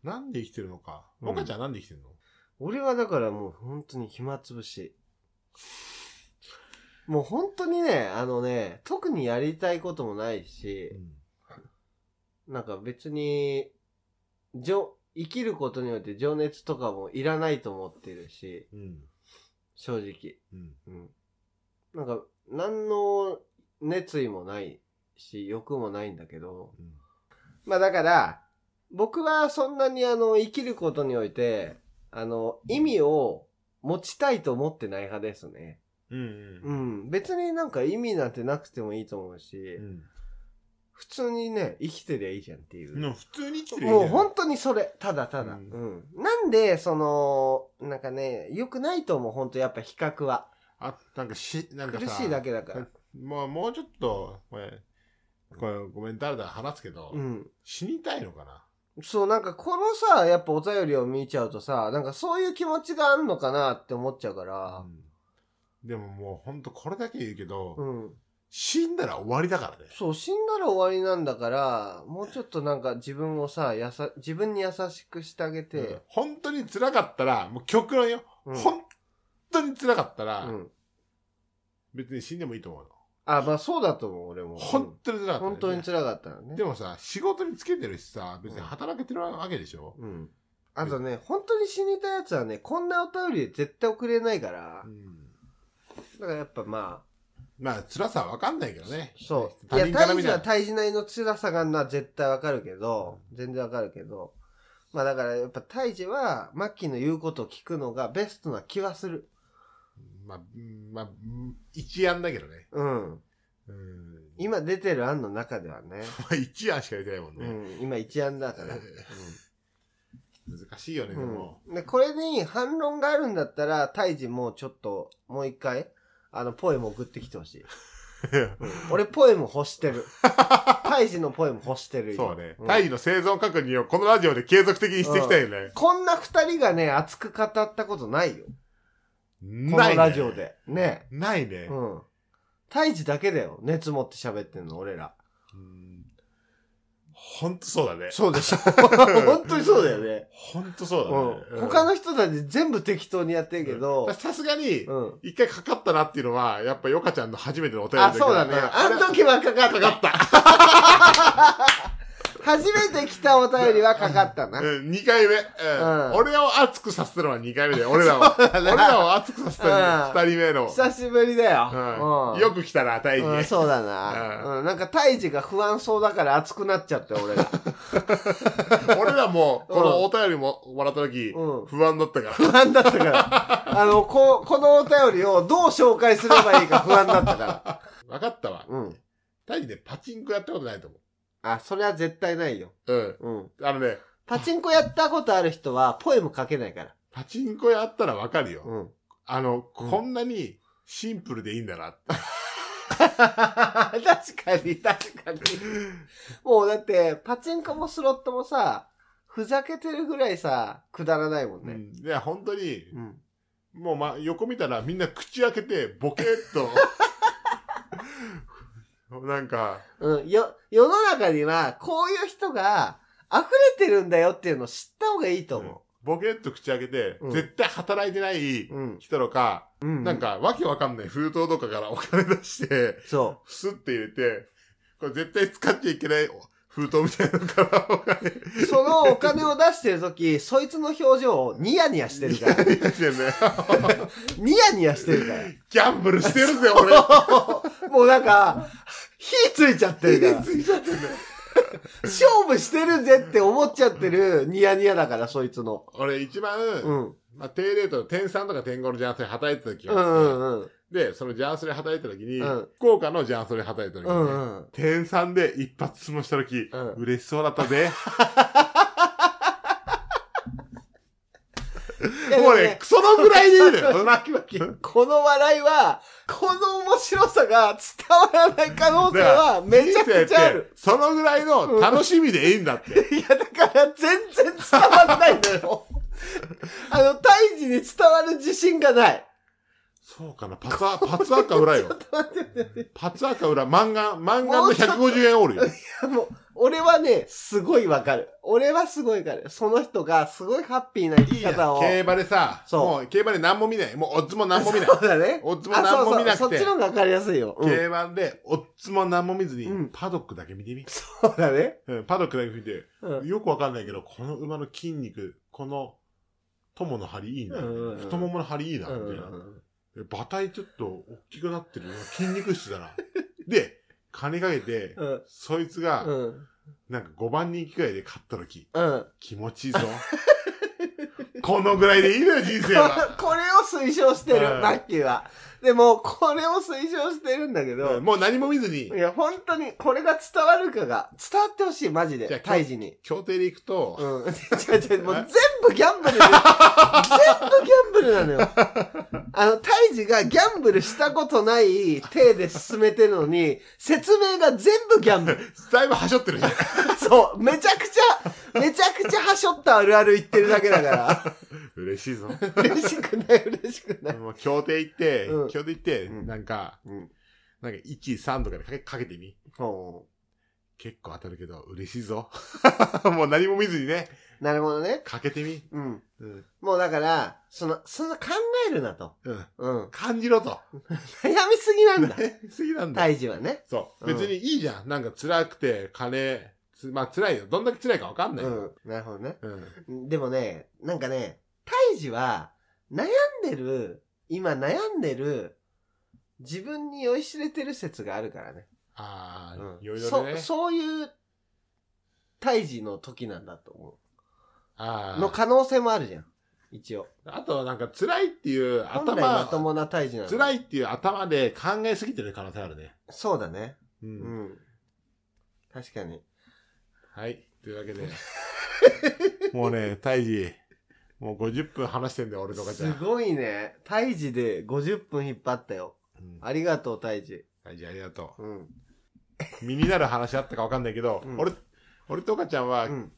Speaker 1: なんで生きてるのか。
Speaker 2: うん
Speaker 1: 岡ちゃんなんで生きてるの
Speaker 2: 俺はだからもう本当に暇つぶし。もう本当にね、あのね、特にやりたいこともないし、なんか別に、じょ、生きることによって情熱とかもいらないと思ってるし、
Speaker 1: うん。
Speaker 2: 正直。
Speaker 1: うん。
Speaker 2: うん。なんか、何の熱意もないし、欲もないんだけど、
Speaker 1: うん。
Speaker 2: まあだから、僕はそんなにあの、生きることにおいて、あの、意味を持ちたいと思ってない派ですね。
Speaker 1: うん。
Speaker 2: う
Speaker 1: うん。
Speaker 2: ん。別になんか意味なんてなくてもいいと思うし、普通にね、生きてりゃいいじゃんっていう。
Speaker 1: うん。普通に生きてるよ
Speaker 2: もう本当にそれ、ただただ。う
Speaker 1: うん
Speaker 2: ん。なんで、その、なんかね、良くないと思う、本当やっぱ比較は。
Speaker 1: あ、なんかし、なんか
Speaker 2: 苦
Speaker 1: さ
Speaker 2: しいだけだから。
Speaker 1: もう、もうちょっと、これ、これごめん、だらだら話すけど、
Speaker 2: うん。
Speaker 1: 死にたいのかな
Speaker 2: そう、なんかこのさ、やっぱお便りを見ちゃうとさ、なんかそういう気持ちがあんのかなって思っちゃうから
Speaker 1: う、んでももう本当これだけ言うけど、
Speaker 2: うん。
Speaker 1: 死んだら終わりだからね。
Speaker 2: そう、死んだら終わりなんだから、もうちょっとなんか自分をさ、やさ、自分に優しくしてあげ
Speaker 1: うん
Speaker 2: て、
Speaker 1: 本当に辛かったら、もう極論よ。
Speaker 2: うん。
Speaker 1: 本当に辛かったら、
Speaker 2: うん
Speaker 1: 別に死んでもいいと思うの。
Speaker 2: あ、まあそうだと思う、俺も。
Speaker 1: 本当に辛か
Speaker 2: う
Speaker 1: ったらね、
Speaker 2: ん本当に辛かったのね
Speaker 1: で。もさ、仕事につけてるしさ、別に
Speaker 2: うん
Speaker 1: 働けてるわけでしょ、
Speaker 2: うん。あとね、本当に死にたやつはね、こんなお便りで絶対送れないから
Speaker 1: う、ん、
Speaker 2: だからやっぱま
Speaker 1: まあ、辛さはわかんないけど
Speaker 2: あ
Speaker 1: ね、。
Speaker 2: そう。い
Speaker 1: 他
Speaker 2: や、
Speaker 1: 人から
Speaker 2: 大
Speaker 1: 見
Speaker 2: 事
Speaker 1: た
Speaker 2: は
Speaker 1: ら。
Speaker 2: 大事なりの辛さがな、絶対わかるけど、全然わかるけど、まあだからやっぱ大事は、マッキーの言うことを聞くのがベストな気はする。
Speaker 1: まあ、うんまあ、うん一案だけどね。
Speaker 2: うん。
Speaker 1: うん、
Speaker 2: 今出てる案の中ではね。
Speaker 1: まあ一案しか出てないもん
Speaker 2: う
Speaker 1: ね。
Speaker 2: ん、今一案 だから。
Speaker 1: 難しいよね、
Speaker 2: う
Speaker 1: で
Speaker 2: ん
Speaker 1: も。
Speaker 2: うん、でこれに反論があるんだったら、タイジもちょっと、もう一回、あの、ポエム送ってきて ほしい。俺、ポエム欲してる。タイジのポエム欲してる。今
Speaker 1: そうね
Speaker 2: ん。
Speaker 1: タイの生存確認をこのラジオで継続的にしていきたいよね。
Speaker 2: こんな二人がね、熱く語ったことないよ。こ
Speaker 1: な
Speaker 2: の
Speaker 1: いね
Speaker 2: ラジオ。で。ね。
Speaker 1: ないね。
Speaker 2: うん。タイジだけだよ。熱持って喋ってんの、俺ら。
Speaker 1: うんほんとそうだね。
Speaker 2: そうでしょ。 本当にそうだよね。
Speaker 1: ほんとそうだ
Speaker 2: う
Speaker 1: ね。
Speaker 2: ん。他
Speaker 1: の
Speaker 2: の人たち全部適当にやってるけど、
Speaker 1: さすがに、
Speaker 2: うん。
Speaker 1: 一回かかったなっていうのは、やっぱヨカちゃんの初めてのお便り
Speaker 2: あ、そうだね。あの時はかかっ
Speaker 1: か
Speaker 2: た。
Speaker 1: かった。
Speaker 2: 初めて来たお便りはかかったな。
Speaker 1: うん、2回目、うん
Speaker 2: うん
Speaker 1: 俺を熱くさせたのは2回目だよ。俺らを。俺 らを熱くさせたのは2人目の。
Speaker 2: 久しぶりだよ。
Speaker 1: う、
Speaker 2: うんん
Speaker 1: よく来たな、大
Speaker 2: うん
Speaker 1: 義。
Speaker 2: そうだな。
Speaker 1: う
Speaker 2: うん。なんか、胎児が不安そうだから熱くなっちゃって、俺が。
Speaker 1: 俺らも、
Speaker 2: うん
Speaker 1: このお便りももらった時、
Speaker 2: うん
Speaker 1: 不安だったから。
Speaker 2: 不安だった から。あの、こ、このお便りをどう紹介すればいいか不安だったから。
Speaker 1: 分かったわ。
Speaker 2: うん。
Speaker 1: 大義ね、パチンコやったことないと思
Speaker 2: あ、それは絶対ないよ。
Speaker 1: う。うん。
Speaker 2: うん。
Speaker 1: あのね、
Speaker 2: パチンコやったことある人は、ポエム書けないから。
Speaker 1: パチンコやったらわかるよ。
Speaker 2: うん。
Speaker 1: あの、
Speaker 2: うん
Speaker 1: こんなにシンプルでいいんだなって。
Speaker 2: 確かに、確かに。もうだって、パチンコもスロットもさ、ふざけてるぐらいさ、くだらないもん
Speaker 1: う
Speaker 2: ね。
Speaker 1: んいや、本当に、
Speaker 2: うん。
Speaker 1: もう、ま、横見たらみんな口開けて、ボケっと。 なんか、
Speaker 2: うん。よ、世の中には、こういう人が溢れてるんだよっていうのを知った方がいいと思
Speaker 1: ボケっと口開けて、
Speaker 2: うん。
Speaker 1: 絶対働いてないう
Speaker 2: うん。
Speaker 1: 人とか、
Speaker 2: うん。
Speaker 1: なん、かわけわかんない封筒とかからお 金出して、
Speaker 2: そ
Speaker 1: スッて入れて、これ絶対使っちゃいけない封筒みたいなのからお金
Speaker 2: う。そのお金を出してるとき、 そいつの表情をニヤニヤしてるから。
Speaker 1: 入れてね。
Speaker 2: ニヤニヤしてるか
Speaker 1: ギャンブルしてるぜ、俺。
Speaker 2: ら。もうなんか、 火ついちゃってるから。
Speaker 1: ついちゃってね。
Speaker 2: 勝負してるぜって思っちゃってるニヤニヤだから、そいつの。
Speaker 1: 俺一番、
Speaker 2: うん。
Speaker 1: まあ、低レートの点3とか点5のジャンソレ働いてた時
Speaker 2: う
Speaker 1: が
Speaker 2: んう
Speaker 1: あって、
Speaker 2: んうん。
Speaker 1: で、そのジャンソレ働いてた時に、
Speaker 2: うん
Speaker 1: 福岡のジャンソレ働いてた時
Speaker 2: う
Speaker 1: にね、
Speaker 2: んうん。
Speaker 1: 点3で一発質問した時、
Speaker 2: うん
Speaker 1: 嬉しそうだった ぜ。
Speaker 2: いやで
Speaker 1: も
Speaker 2: も
Speaker 1: うね、
Speaker 2: ね
Speaker 1: クソのぐらいでいいのよ。
Speaker 2: この笑いは、この面白さが伝わらない可能性はめちゃくちゃある。
Speaker 1: そのぐらいの楽しみでいいんだって。
Speaker 2: いや、だから全然伝わらない のよ。あの、胎児に伝わる自信がない。
Speaker 1: そうかな。パツア、パツアか 裏よ。パツアか裏、漫画、漫画
Speaker 2: も
Speaker 1: の
Speaker 2: うちょっと
Speaker 1: 150円おるよ。
Speaker 2: もう、俺はね、すごいわかる。俺はすごいわかる。その人がすごいハッピーな生
Speaker 1: いい
Speaker 2: き
Speaker 1: や
Speaker 2: 方を。
Speaker 1: 競馬でさ、
Speaker 2: そう
Speaker 1: もう競馬で何も見ない。もうオッズも何も見ない。
Speaker 2: そうだね。
Speaker 1: オッズも何も見な
Speaker 2: あそ
Speaker 1: く
Speaker 2: うそうそってちの、方がわかりやすいよ。うん
Speaker 1: 競馬でオッズも何も見ずに
Speaker 2: うん、
Speaker 1: パドックだけ見てみ。
Speaker 2: そうだね。
Speaker 1: うんパドックだけ見て、
Speaker 2: うん。
Speaker 1: よくわかんないけど、この馬の筋肉、この、友の張りいいな。
Speaker 2: うんうんうん
Speaker 1: 太ももの張りいいな、
Speaker 2: う
Speaker 1: みたいな。
Speaker 2: ん
Speaker 1: え馬体ちょっと大きくなってるよ。筋肉質だな。 で、金かけて、
Speaker 2: うん。
Speaker 1: そいつ
Speaker 2: う
Speaker 1: が、
Speaker 2: ん。
Speaker 1: なんか5番人気くらいで勝った時、
Speaker 2: うん。
Speaker 1: 気持ちいいぞ。 このぐらいでいいのよ、人生 は。
Speaker 2: これを推奨してる
Speaker 1: う、ん
Speaker 2: マッキーは。でも、これを推奨してるんだけ
Speaker 1: う
Speaker 2: ど
Speaker 1: ん、もう何も見ずに
Speaker 2: い、や、本当に、これが伝わるかが、伝わってほしい、マジ
Speaker 1: じゃ
Speaker 2: で
Speaker 1: あ。
Speaker 2: 胎児に。
Speaker 1: 協定で行くと、
Speaker 2: うん。違 う違う、もう全部ギャンブルで全部ギャンブルなのよ。あの、胎児がギャンブルしたことない体で進めてるのに、説明が全部ギャンブル。
Speaker 1: だいぶはしょってるじゃん。
Speaker 2: そう、めちゃくちゃ、めちゃくちゃはしょったあるある言ってるだけだか
Speaker 1: 嬉しいぞ。
Speaker 2: ら。嬉しくない、嬉しくない。
Speaker 1: もう協定行って
Speaker 2: うん、
Speaker 1: 協定行って、
Speaker 2: うん
Speaker 1: なんか、
Speaker 2: うん。
Speaker 1: なんか1、3とかでかけかけてみ。
Speaker 2: ほ
Speaker 1: 結構当たるけど、嬉しいぞ。 もう何も見ずにね、
Speaker 2: うなるほどね。
Speaker 1: かけてみ。
Speaker 2: うん。
Speaker 1: うん。
Speaker 2: もうだから、その、そんな考えるなと。
Speaker 1: うん。
Speaker 2: うん。
Speaker 1: 感じろと。
Speaker 2: 悩みすぎな んだ。
Speaker 1: ね次なんだ。
Speaker 2: 胎児はね。
Speaker 1: そう。
Speaker 2: うん
Speaker 1: 別にいいじゃん。なんか辛くて、金、つまあ辛いよ。どんだけ辛いかわかんないうよ。
Speaker 2: ん。なるほどね。
Speaker 1: うん。
Speaker 2: でもね、なんかね、胎児は、悩んでる、今悩んでる、自分に酔いしれてる説があるからね。
Speaker 1: ああ、
Speaker 2: うん
Speaker 1: いろいろね
Speaker 2: そ。そういう、胎児の時なんだと思
Speaker 1: あ
Speaker 2: う。の
Speaker 1: あ。
Speaker 2: 可能性もあるじゃん。一応。
Speaker 1: あとはなんか辛いっていう
Speaker 2: 本来まと
Speaker 1: 頭、
Speaker 2: もな胎児なの。
Speaker 1: 辛
Speaker 2: い。
Speaker 1: いっていう頭で考えすぎてる可能性あるね。
Speaker 2: そうだね。
Speaker 1: う。
Speaker 2: うんん。確かに。
Speaker 1: はい。というわけ で。もうね、タイジ、もう50分話してんだよ、俺とかちゃ
Speaker 2: す
Speaker 1: ん。
Speaker 2: ごいね。胎児で50分引っ張ったよ。
Speaker 1: うん
Speaker 2: ありがとう、胎児。
Speaker 1: タイジありがと
Speaker 2: うん。
Speaker 1: う。身になる話あったかわかんないけど、
Speaker 2: うん
Speaker 1: 俺、俺とかちゃんは、
Speaker 2: うん。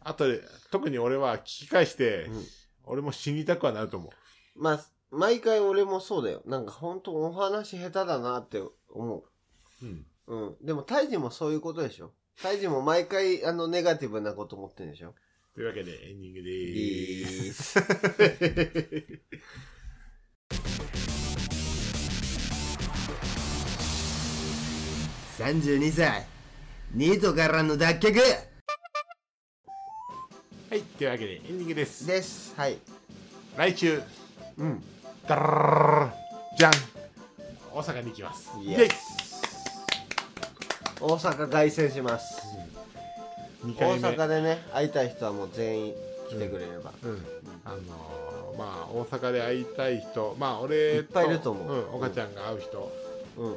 Speaker 1: あとで、特に俺は聞き返して、
Speaker 2: うん
Speaker 1: 俺も死にたくはなると思う。
Speaker 2: まあ、毎回俺もそうだよ。なんか本当お話下手だなって思
Speaker 1: うん。
Speaker 2: う。うん。でも、胎児もそういうことでしょ。胎児も毎回、あの、ネガティブなこと思ってるでしょ。
Speaker 1: というわけで、エンディングで
Speaker 2: い
Speaker 1: ーす。
Speaker 2: いっ す。
Speaker 4: 32歳ニートからの脱却
Speaker 1: はい、というわけで、エンディングです。
Speaker 2: です。はい。
Speaker 1: 来週、
Speaker 2: うん。
Speaker 1: ダラララララじゃん大阪に行きます。
Speaker 2: イエ大阪凱旋します。
Speaker 1: !2
Speaker 2: 大
Speaker 1: 回目。
Speaker 2: 阪でね、会いたい人はもう全員来てくれれば。
Speaker 1: うん。あのー、まあ、大阪で会いたい人、まあ、俺と、、
Speaker 2: いっぱいいると思うん
Speaker 1: 岡ちゃんが会う人、
Speaker 2: うん。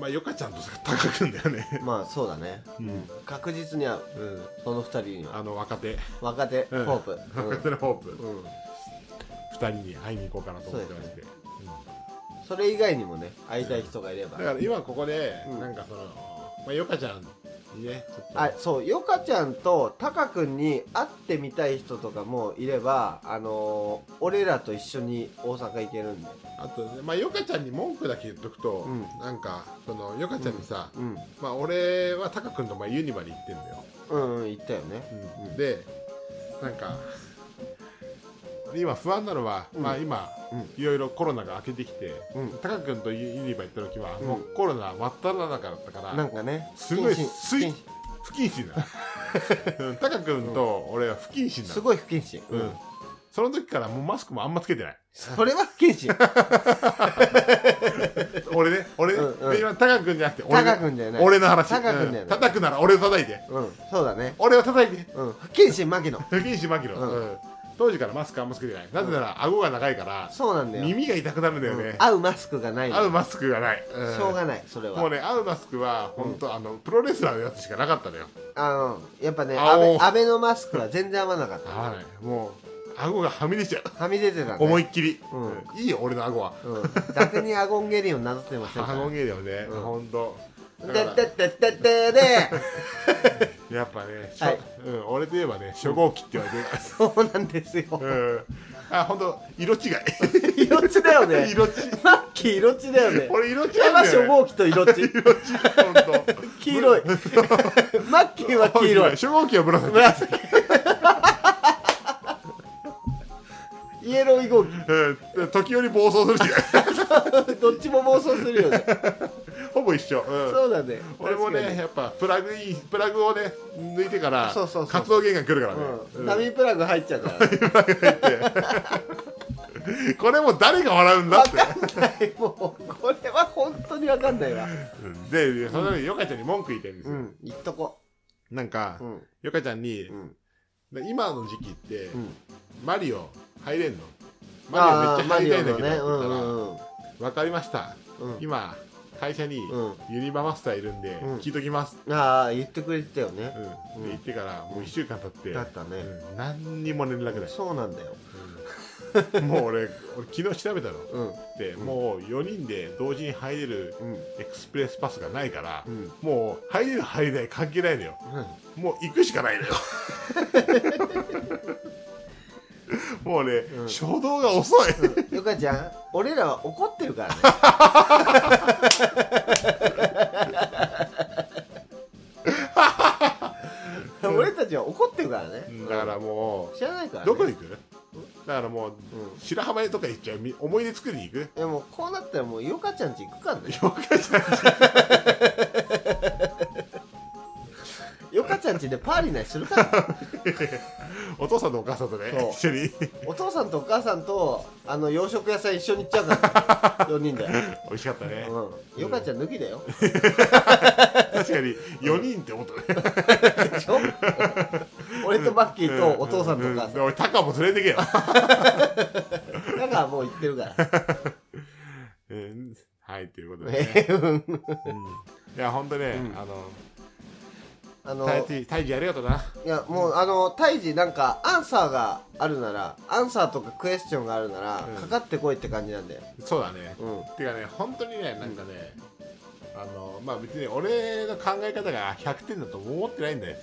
Speaker 1: まあ、よかちゃんと高くんだよね。
Speaker 2: まあ、そうだね。
Speaker 1: うん。
Speaker 2: 確実に会う。
Speaker 1: うん。
Speaker 2: その二人には。
Speaker 1: あの、若手、
Speaker 2: 若手、ホ
Speaker 1: うん
Speaker 2: ープ。
Speaker 1: 若手のホープ、
Speaker 2: うん。うん
Speaker 1: 2人に会いに行こうかなと思ってまし
Speaker 2: そう
Speaker 1: て。うん
Speaker 2: それ以外にもね、会いたい人がいれば
Speaker 1: だ。から今ここで、
Speaker 2: うん
Speaker 1: なんかその、まあ、よかちゃんにね、ちょっと、
Speaker 2: あそうヨカちゃんとタカ君に会ってみたい人とかもいればあのー俺らと一緒に大阪行けるんで
Speaker 1: あとね、まあ、よかちゃんに文句だけ言っとくと、
Speaker 2: うん
Speaker 1: なんか、その、よかちゃんにさ、
Speaker 2: うん
Speaker 1: まあ、俺はタカ君の前ユニバに行ってんだよ。
Speaker 2: うんうん行ったよねうん
Speaker 1: で、なんか、今不安なのは、
Speaker 2: うん
Speaker 1: まあ今、
Speaker 2: うん
Speaker 1: いろいろコロナが明けてきて、
Speaker 2: うん
Speaker 1: タカ君とユニバ行った時は、
Speaker 2: うん
Speaker 1: もうコロナ真っ只中だったから、
Speaker 2: なんかね
Speaker 1: すごい
Speaker 2: 不謹
Speaker 1: スイ
Speaker 2: 慎
Speaker 1: 不謹慎だ。 うんタカ君と俺は不謹慎だ。
Speaker 2: すごい不謹慎、
Speaker 1: う
Speaker 2: うんん、
Speaker 1: その時からもうマスクもあんまつけてない。
Speaker 2: それは不謹慎
Speaker 1: 俺ね、俺ね、
Speaker 2: うんうん
Speaker 1: で今、タカ君じゃなくて俺
Speaker 2: タ
Speaker 1: ね、
Speaker 2: カ君だよね
Speaker 1: 俺の話。
Speaker 2: タカ君だよね
Speaker 1: うん叩くなら俺を叩いて。
Speaker 2: うんそうだね
Speaker 1: 俺を叩いて。
Speaker 2: うん不謹慎牧野
Speaker 1: 不謹慎マキロ、
Speaker 2: うん
Speaker 1: うん当時からマスクあんまつけてない。なぜなら顎が長いから、
Speaker 2: そうなんだよ
Speaker 1: 耳が痛くなるんだよ
Speaker 2: う
Speaker 1: ね
Speaker 2: ん。合うマスクがないの
Speaker 1: 合うマスクがない。うん
Speaker 2: しょうがないそれは
Speaker 1: もうね、合うマスクは、本当、あの、プロレスラーのやつしかなかったのよ。
Speaker 2: あのやっぱね
Speaker 1: あ
Speaker 2: アベ
Speaker 1: お
Speaker 2: アベのマスクは全然合わなかった
Speaker 1: 合わない。もう、顎がはみ出ちゃう
Speaker 2: はみ出てたね
Speaker 1: 思いっきり、
Speaker 2: うん
Speaker 1: いいよ俺の顎は
Speaker 2: うん、伊達にアゴンゲリオンなぞってませんか
Speaker 1: 顎
Speaker 2: ら
Speaker 1: 芸だよね、
Speaker 2: うん
Speaker 1: ほんとだ
Speaker 2: だ
Speaker 1: か
Speaker 2: っ
Speaker 1: ら
Speaker 2: てってってってで
Speaker 1: やっぱね、
Speaker 2: は
Speaker 1: し
Speaker 2: い
Speaker 1: ょうん、俺といえばね初号機って言わ れてる
Speaker 2: そうなんですよ
Speaker 1: うん、あ本当色違い
Speaker 2: 色地だよね
Speaker 1: 色違い
Speaker 2: マッキー色地だよね
Speaker 1: 俺色違い
Speaker 2: 山
Speaker 1: だよ
Speaker 2: 初
Speaker 1: ね
Speaker 2: 号機と色地
Speaker 1: 色違い本当
Speaker 2: 黄 色いマッキーは黄色い
Speaker 1: 初号機は紫
Speaker 2: 紫イエローイ号機
Speaker 1: うん時折暴走する し
Speaker 2: どっちも暴走するよね
Speaker 1: ほぼ一緒、うん
Speaker 2: そうだね
Speaker 1: 俺もねやっぱプラグインプラグをね抜いてから
Speaker 2: そうそうそう
Speaker 1: 活動源が来るからね、
Speaker 2: 確かにう
Speaker 1: うんん
Speaker 2: ダミープラグ入っち ゃうから
Speaker 1: これもう誰が笑うんだって
Speaker 2: はいもうこれは本当にわかんないわ
Speaker 1: うんでその時ヨカちゃんに文句言ってるんです
Speaker 2: う
Speaker 1: よ、
Speaker 2: ん言っとこ
Speaker 1: なんか、
Speaker 2: ううん
Speaker 1: ヨカちゃんに
Speaker 2: う、ん
Speaker 1: で今の時期って、
Speaker 2: うん
Speaker 1: マリオ入れんの
Speaker 2: あ
Speaker 1: マ
Speaker 2: あ
Speaker 1: リオめっ
Speaker 2: ー
Speaker 1: ちゃ入り
Speaker 2: マリ
Speaker 1: たい
Speaker 2: オ
Speaker 1: んだけ
Speaker 2: のね
Speaker 1: ど、って言
Speaker 2: う
Speaker 1: ったら
Speaker 2: んうん
Speaker 1: 分かりました
Speaker 2: うんうん
Speaker 1: 今会社に
Speaker 2: うん
Speaker 1: ユニバマスターいるんで、
Speaker 2: うん
Speaker 1: 聞いときます、
Speaker 2: ああ言ってくれてたよね
Speaker 1: うん
Speaker 2: う
Speaker 1: で
Speaker 2: ん
Speaker 1: 言ってからもう1週間経って、
Speaker 2: だったね
Speaker 1: うん何にも連絡ない、
Speaker 2: そうなんだよ
Speaker 1: うんもう俺俺昨日調べたの
Speaker 2: うん
Speaker 1: で、もう4人で同時に入れる
Speaker 2: うん
Speaker 1: エクスプレスパスがないから、
Speaker 2: うんうん
Speaker 1: もう入れる入れない関係ないのよもう行くしかない のよもうね、
Speaker 2: ん
Speaker 1: 初動が遅い
Speaker 2: よかちゃん俺らは怒ってるからね 俺たちは怒ってるからね
Speaker 1: だからも
Speaker 2: 知らないから、
Speaker 1: う、
Speaker 2: ね、
Speaker 1: どこに行くだからもう、
Speaker 2: うん
Speaker 1: 白浜とか行っちゃう、み思い出作りに行く
Speaker 2: でもこうなったらもうよかちゃんち行くからね
Speaker 1: よかちゃんち
Speaker 2: よかちゃんちでパーリーなりするから
Speaker 1: お父さんとお母さんとね
Speaker 2: そ
Speaker 1: 一緒
Speaker 2: う、
Speaker 1: に。
Speaker 2: お父さんとお母さんとあの洋食屋さん一緒に行っちゃうから4人で、
Speaker 1: 美味しかったね。
Speaker 2: うん、よかちゃん抜きだよ
Speaker 1: 確かに、4人って思ったね。
Speaker 2: でしょ俺とマッキーとお父さんとお母
Speaker 1: う
Speaker 2: さ
Speaker 1: で俺、タカも連れてけよ。
Speaker 2: んだからもう行ってるから
Speaker 1: うんはい、ということでね。
Speaker 2: ね うん
Speaker 1: うんいや、ほんとね、
Speaker 2: うん
Speaker 1: あの、
Speaker 2: あの
Speaker 1: 大地、大地ありがとうな。
Speaker 2: いやもうあの胎児なんかアンサーがあるならアンサーとかクエスチョンがあるなら、
Speaker 1: うん
Speaker 2: かかってこいって感じなんだよ、
Speaker 1: そうだね。
Speaker 2: うん、
Speaker 1: てかね、ほんとにね、なんかね、あの、まあ別に俺の考え方が100点だと思ってないんだよ。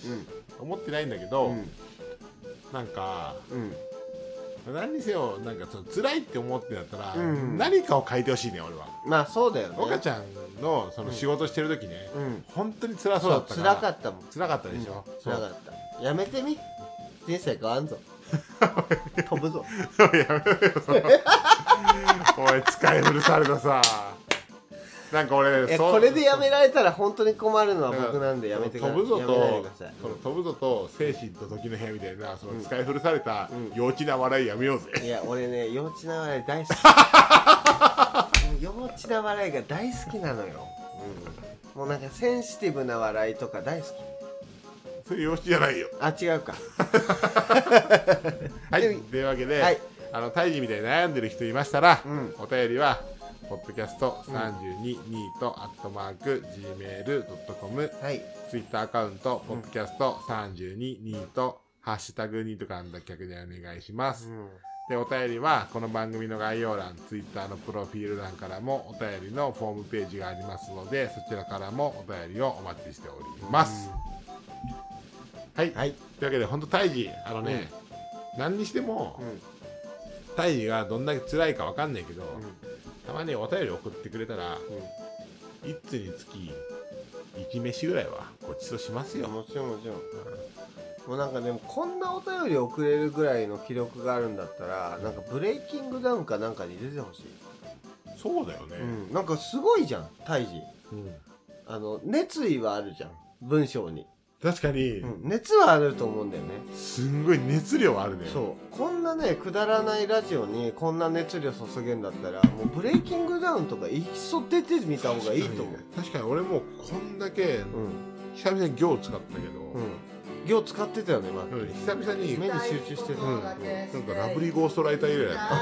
Speaker 1: 思ってないんだけ
Speaker 2: う
Speaker 1: ど、
Speaker 2: ん
Speaker 1: なんか、
Speaker 2: うん
Speaker 1: 何にせよなんかその辛いって思ってんだったら、
Speaker 2: うん
Speaker 1: 何かを変えてほしいね俺は
Speaker 2: まあそうだよね
Speaker 1: 岡ちゃんのその仕事してる時ね、
Speaker 2: うん
Speaker 1: 本当に辛そう
Speaker 2: そ
Speaker 1: だ
Speaker 2: う
Speaker 1: ったから
Speaker 2: 辛かったもん
Speaker 1: 辛かったでしょ、
Speaker 2: 辛かったやめてみ人生変 わんぞ飛ぶぞ
Speaker 1: そうやめろよおい使い古されたさなんか俺
Speaker 2: いや
Speaker 1: そう
Speaker 2: これでやめられたら本当に困るのは僕なんでやめてくだ
Speaker 1: 飛ぶぞ
Speaker 2: やめないでくだ
Speaker 1: と
Speaker 2: さい
Speaker 1: その飛ぶぞと精神と時の部屋みたいなその使い古された
Speaker 2: うん
Speaker 1: 幼稚な笑いやめようぜ、
Speaker 2: いや俺ね幼稚な笑い大好 き幼稚な笑いが大好きなのよ、もうなんかセンシティブな笑いとか大好き
Speaker 1: それ幼稚じゃないよ
Speaker 2: あ違うか
Speaker 1: はい、
Speaker 2: で
Speaker 1: というわけで、
Speaker 2: はい
Speaker 1: あの胎児みたいに悩んでる人いましたら、
Speaker 2: うん
Speaker 1: お便りは、ポッドキャスト322と、アットマーク、gmail.com、
Speaker 2: はい
Speaker 1: ツイッターアカウント、ポッドキャスト322と、ハッシュタグニートカン脱却でお願いします。で、お便りは、この番組の概要欄、ツイッターのプロフィール欄からも、お便りのフォームページがありますので、そちらからもお便りをお待ちしております。はい。
Speaker 2: はい
Speaker 1: というわけで、本当胎児、あのね、何にしても、タイがどんだけ辛いかわかんないけど、たまにお便り送ってくれたら、一通につき一飯ぐらいはごちそうします
Speaker 2: いや
Speaker 1: よ。
Speaker 2: もちろんもちろん、もうなんかでもこんなお便り送れるぐらいの記録があるんだったらなんかブレイキングダウンかなんかに出てほしい、
Speaker 1: そうだよね。
Speaker 2: うん、なんかすごいじゃん胎児
Speaker 1: うん
Speaker 2: あの熱意はあるじゃん文章に、
Speaker 1: 確かに、
Speaker 2: うん、熱はあると思うんだよね、
Speaker 1: すんごい熱量あるね。
Speaker 2: そうこんなねくだらないラジオにこんな熱量注げんだったらもうブレイキングダウンとかいっそ出てみた方がいいと思う
Speaker 1: 確かに俺もうこんだけ
Speaker 2: うん
Speaker 1: 久々に行を使ったけど、
Speaker 2: うん行使ってたよねマ
Speaker 1: う
Speaker 2: ッ
Speaker 1: ん
Speaker 2: キ
Speaker 1: 久々に、
Speaker 2: ー目に集中してた、
Speaker 1: うん、なんかラブリーゴース トライター以来だ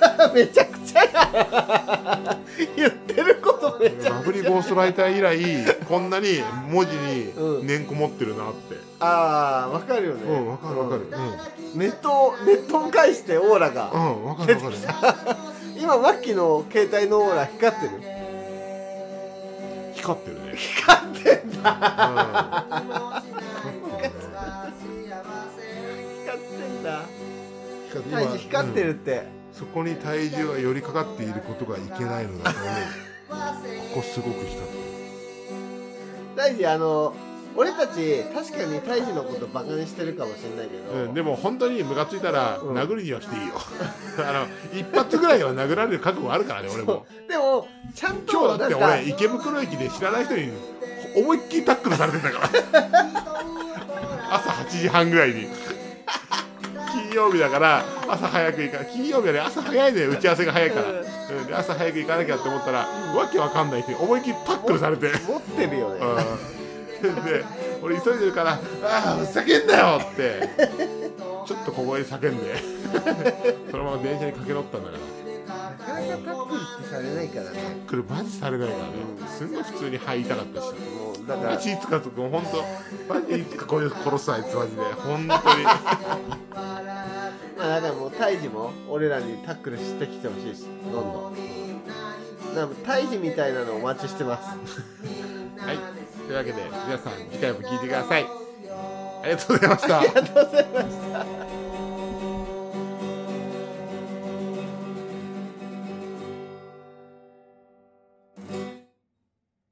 Speaker 1: った。
Speaker 2: めちゃくちゃや言ってること当めちゃ
Speaker 1: バブリーゴーストライター以来こんなに文字
Speaker 2: う
Speaker 1: に
Speaker 2: ん
Speaker 1: 年こもってるなって
Speaker 2: ああわかるよね
Speaker 1: うんわかるわかる
Speaker 2: ネットをネットを介してオーラ
Speaker 1: う
Speaker 2: が、
Speaker 1: んうんわかるわかる
Speaker 2: 今マッキーの携帯のオーラ光ってる
Speaker 1: 光ってるね
Speaker 2: 光ってんだ光ってんだ
Speaker 1: 光
Speaker 2: 大地光ってる
Speaker 1: う
Speaker 2: っ
Speaker 1: ん
Speaker 2: て、
Speaker 1: そこに体重が寄りかかっていることがいけないのだと思うここすごく光ってる
Speaker 2: 大地あの俺たち確かに大地のことバカにしてるかもしれないけど、
Speaker 1: うん、でも本当にムカついたら
Speaker 2: うん
Speaker 1: 殴りにはしていいよ あの一発ぐらいは殴られる覚悟あるからね俺も
Speaker 2: でもちゃんと
Speaker 1: 今日だって
Speaker 2: なんか
Speaker 1: 俺池袋駅で知らない人に思いっきりタックルされてたから 朝8時半ぐらいに金曜日だから朝早く行か金曜日はね朝早いね打ち合わせが早いから、うん、で朝早く行かなきゃって思ったらわけわかんない人に思いっきりタックルされて
Speaker 2: 持ってるよね、
Speaker 1: うんで俺急いでるから「ああ叫んだよ!」ってちょっと小声で叫んでそのまま電車に駆け乗ったんだから
Speaker 2: なかなかタックルってされないからね
Speaker 1: これマジされないからねすんごい普通に入りたかったし
Speaker 2: もうだか
Speaker 1: マ
Speaker 2: ら
Speaker 1: ジいつかともう本当マジいつかこういう殺すあいつマジで本当に
Speaker 2: まあだからもう胎児も俺らにタックルしてきてほしいしどんどんなんか胎児みたいなのお待ちしてます
Speaker 1: はいというわけで皆さん次回も聞いてくださいありがとうございました
Speaker 2: ありがとうございました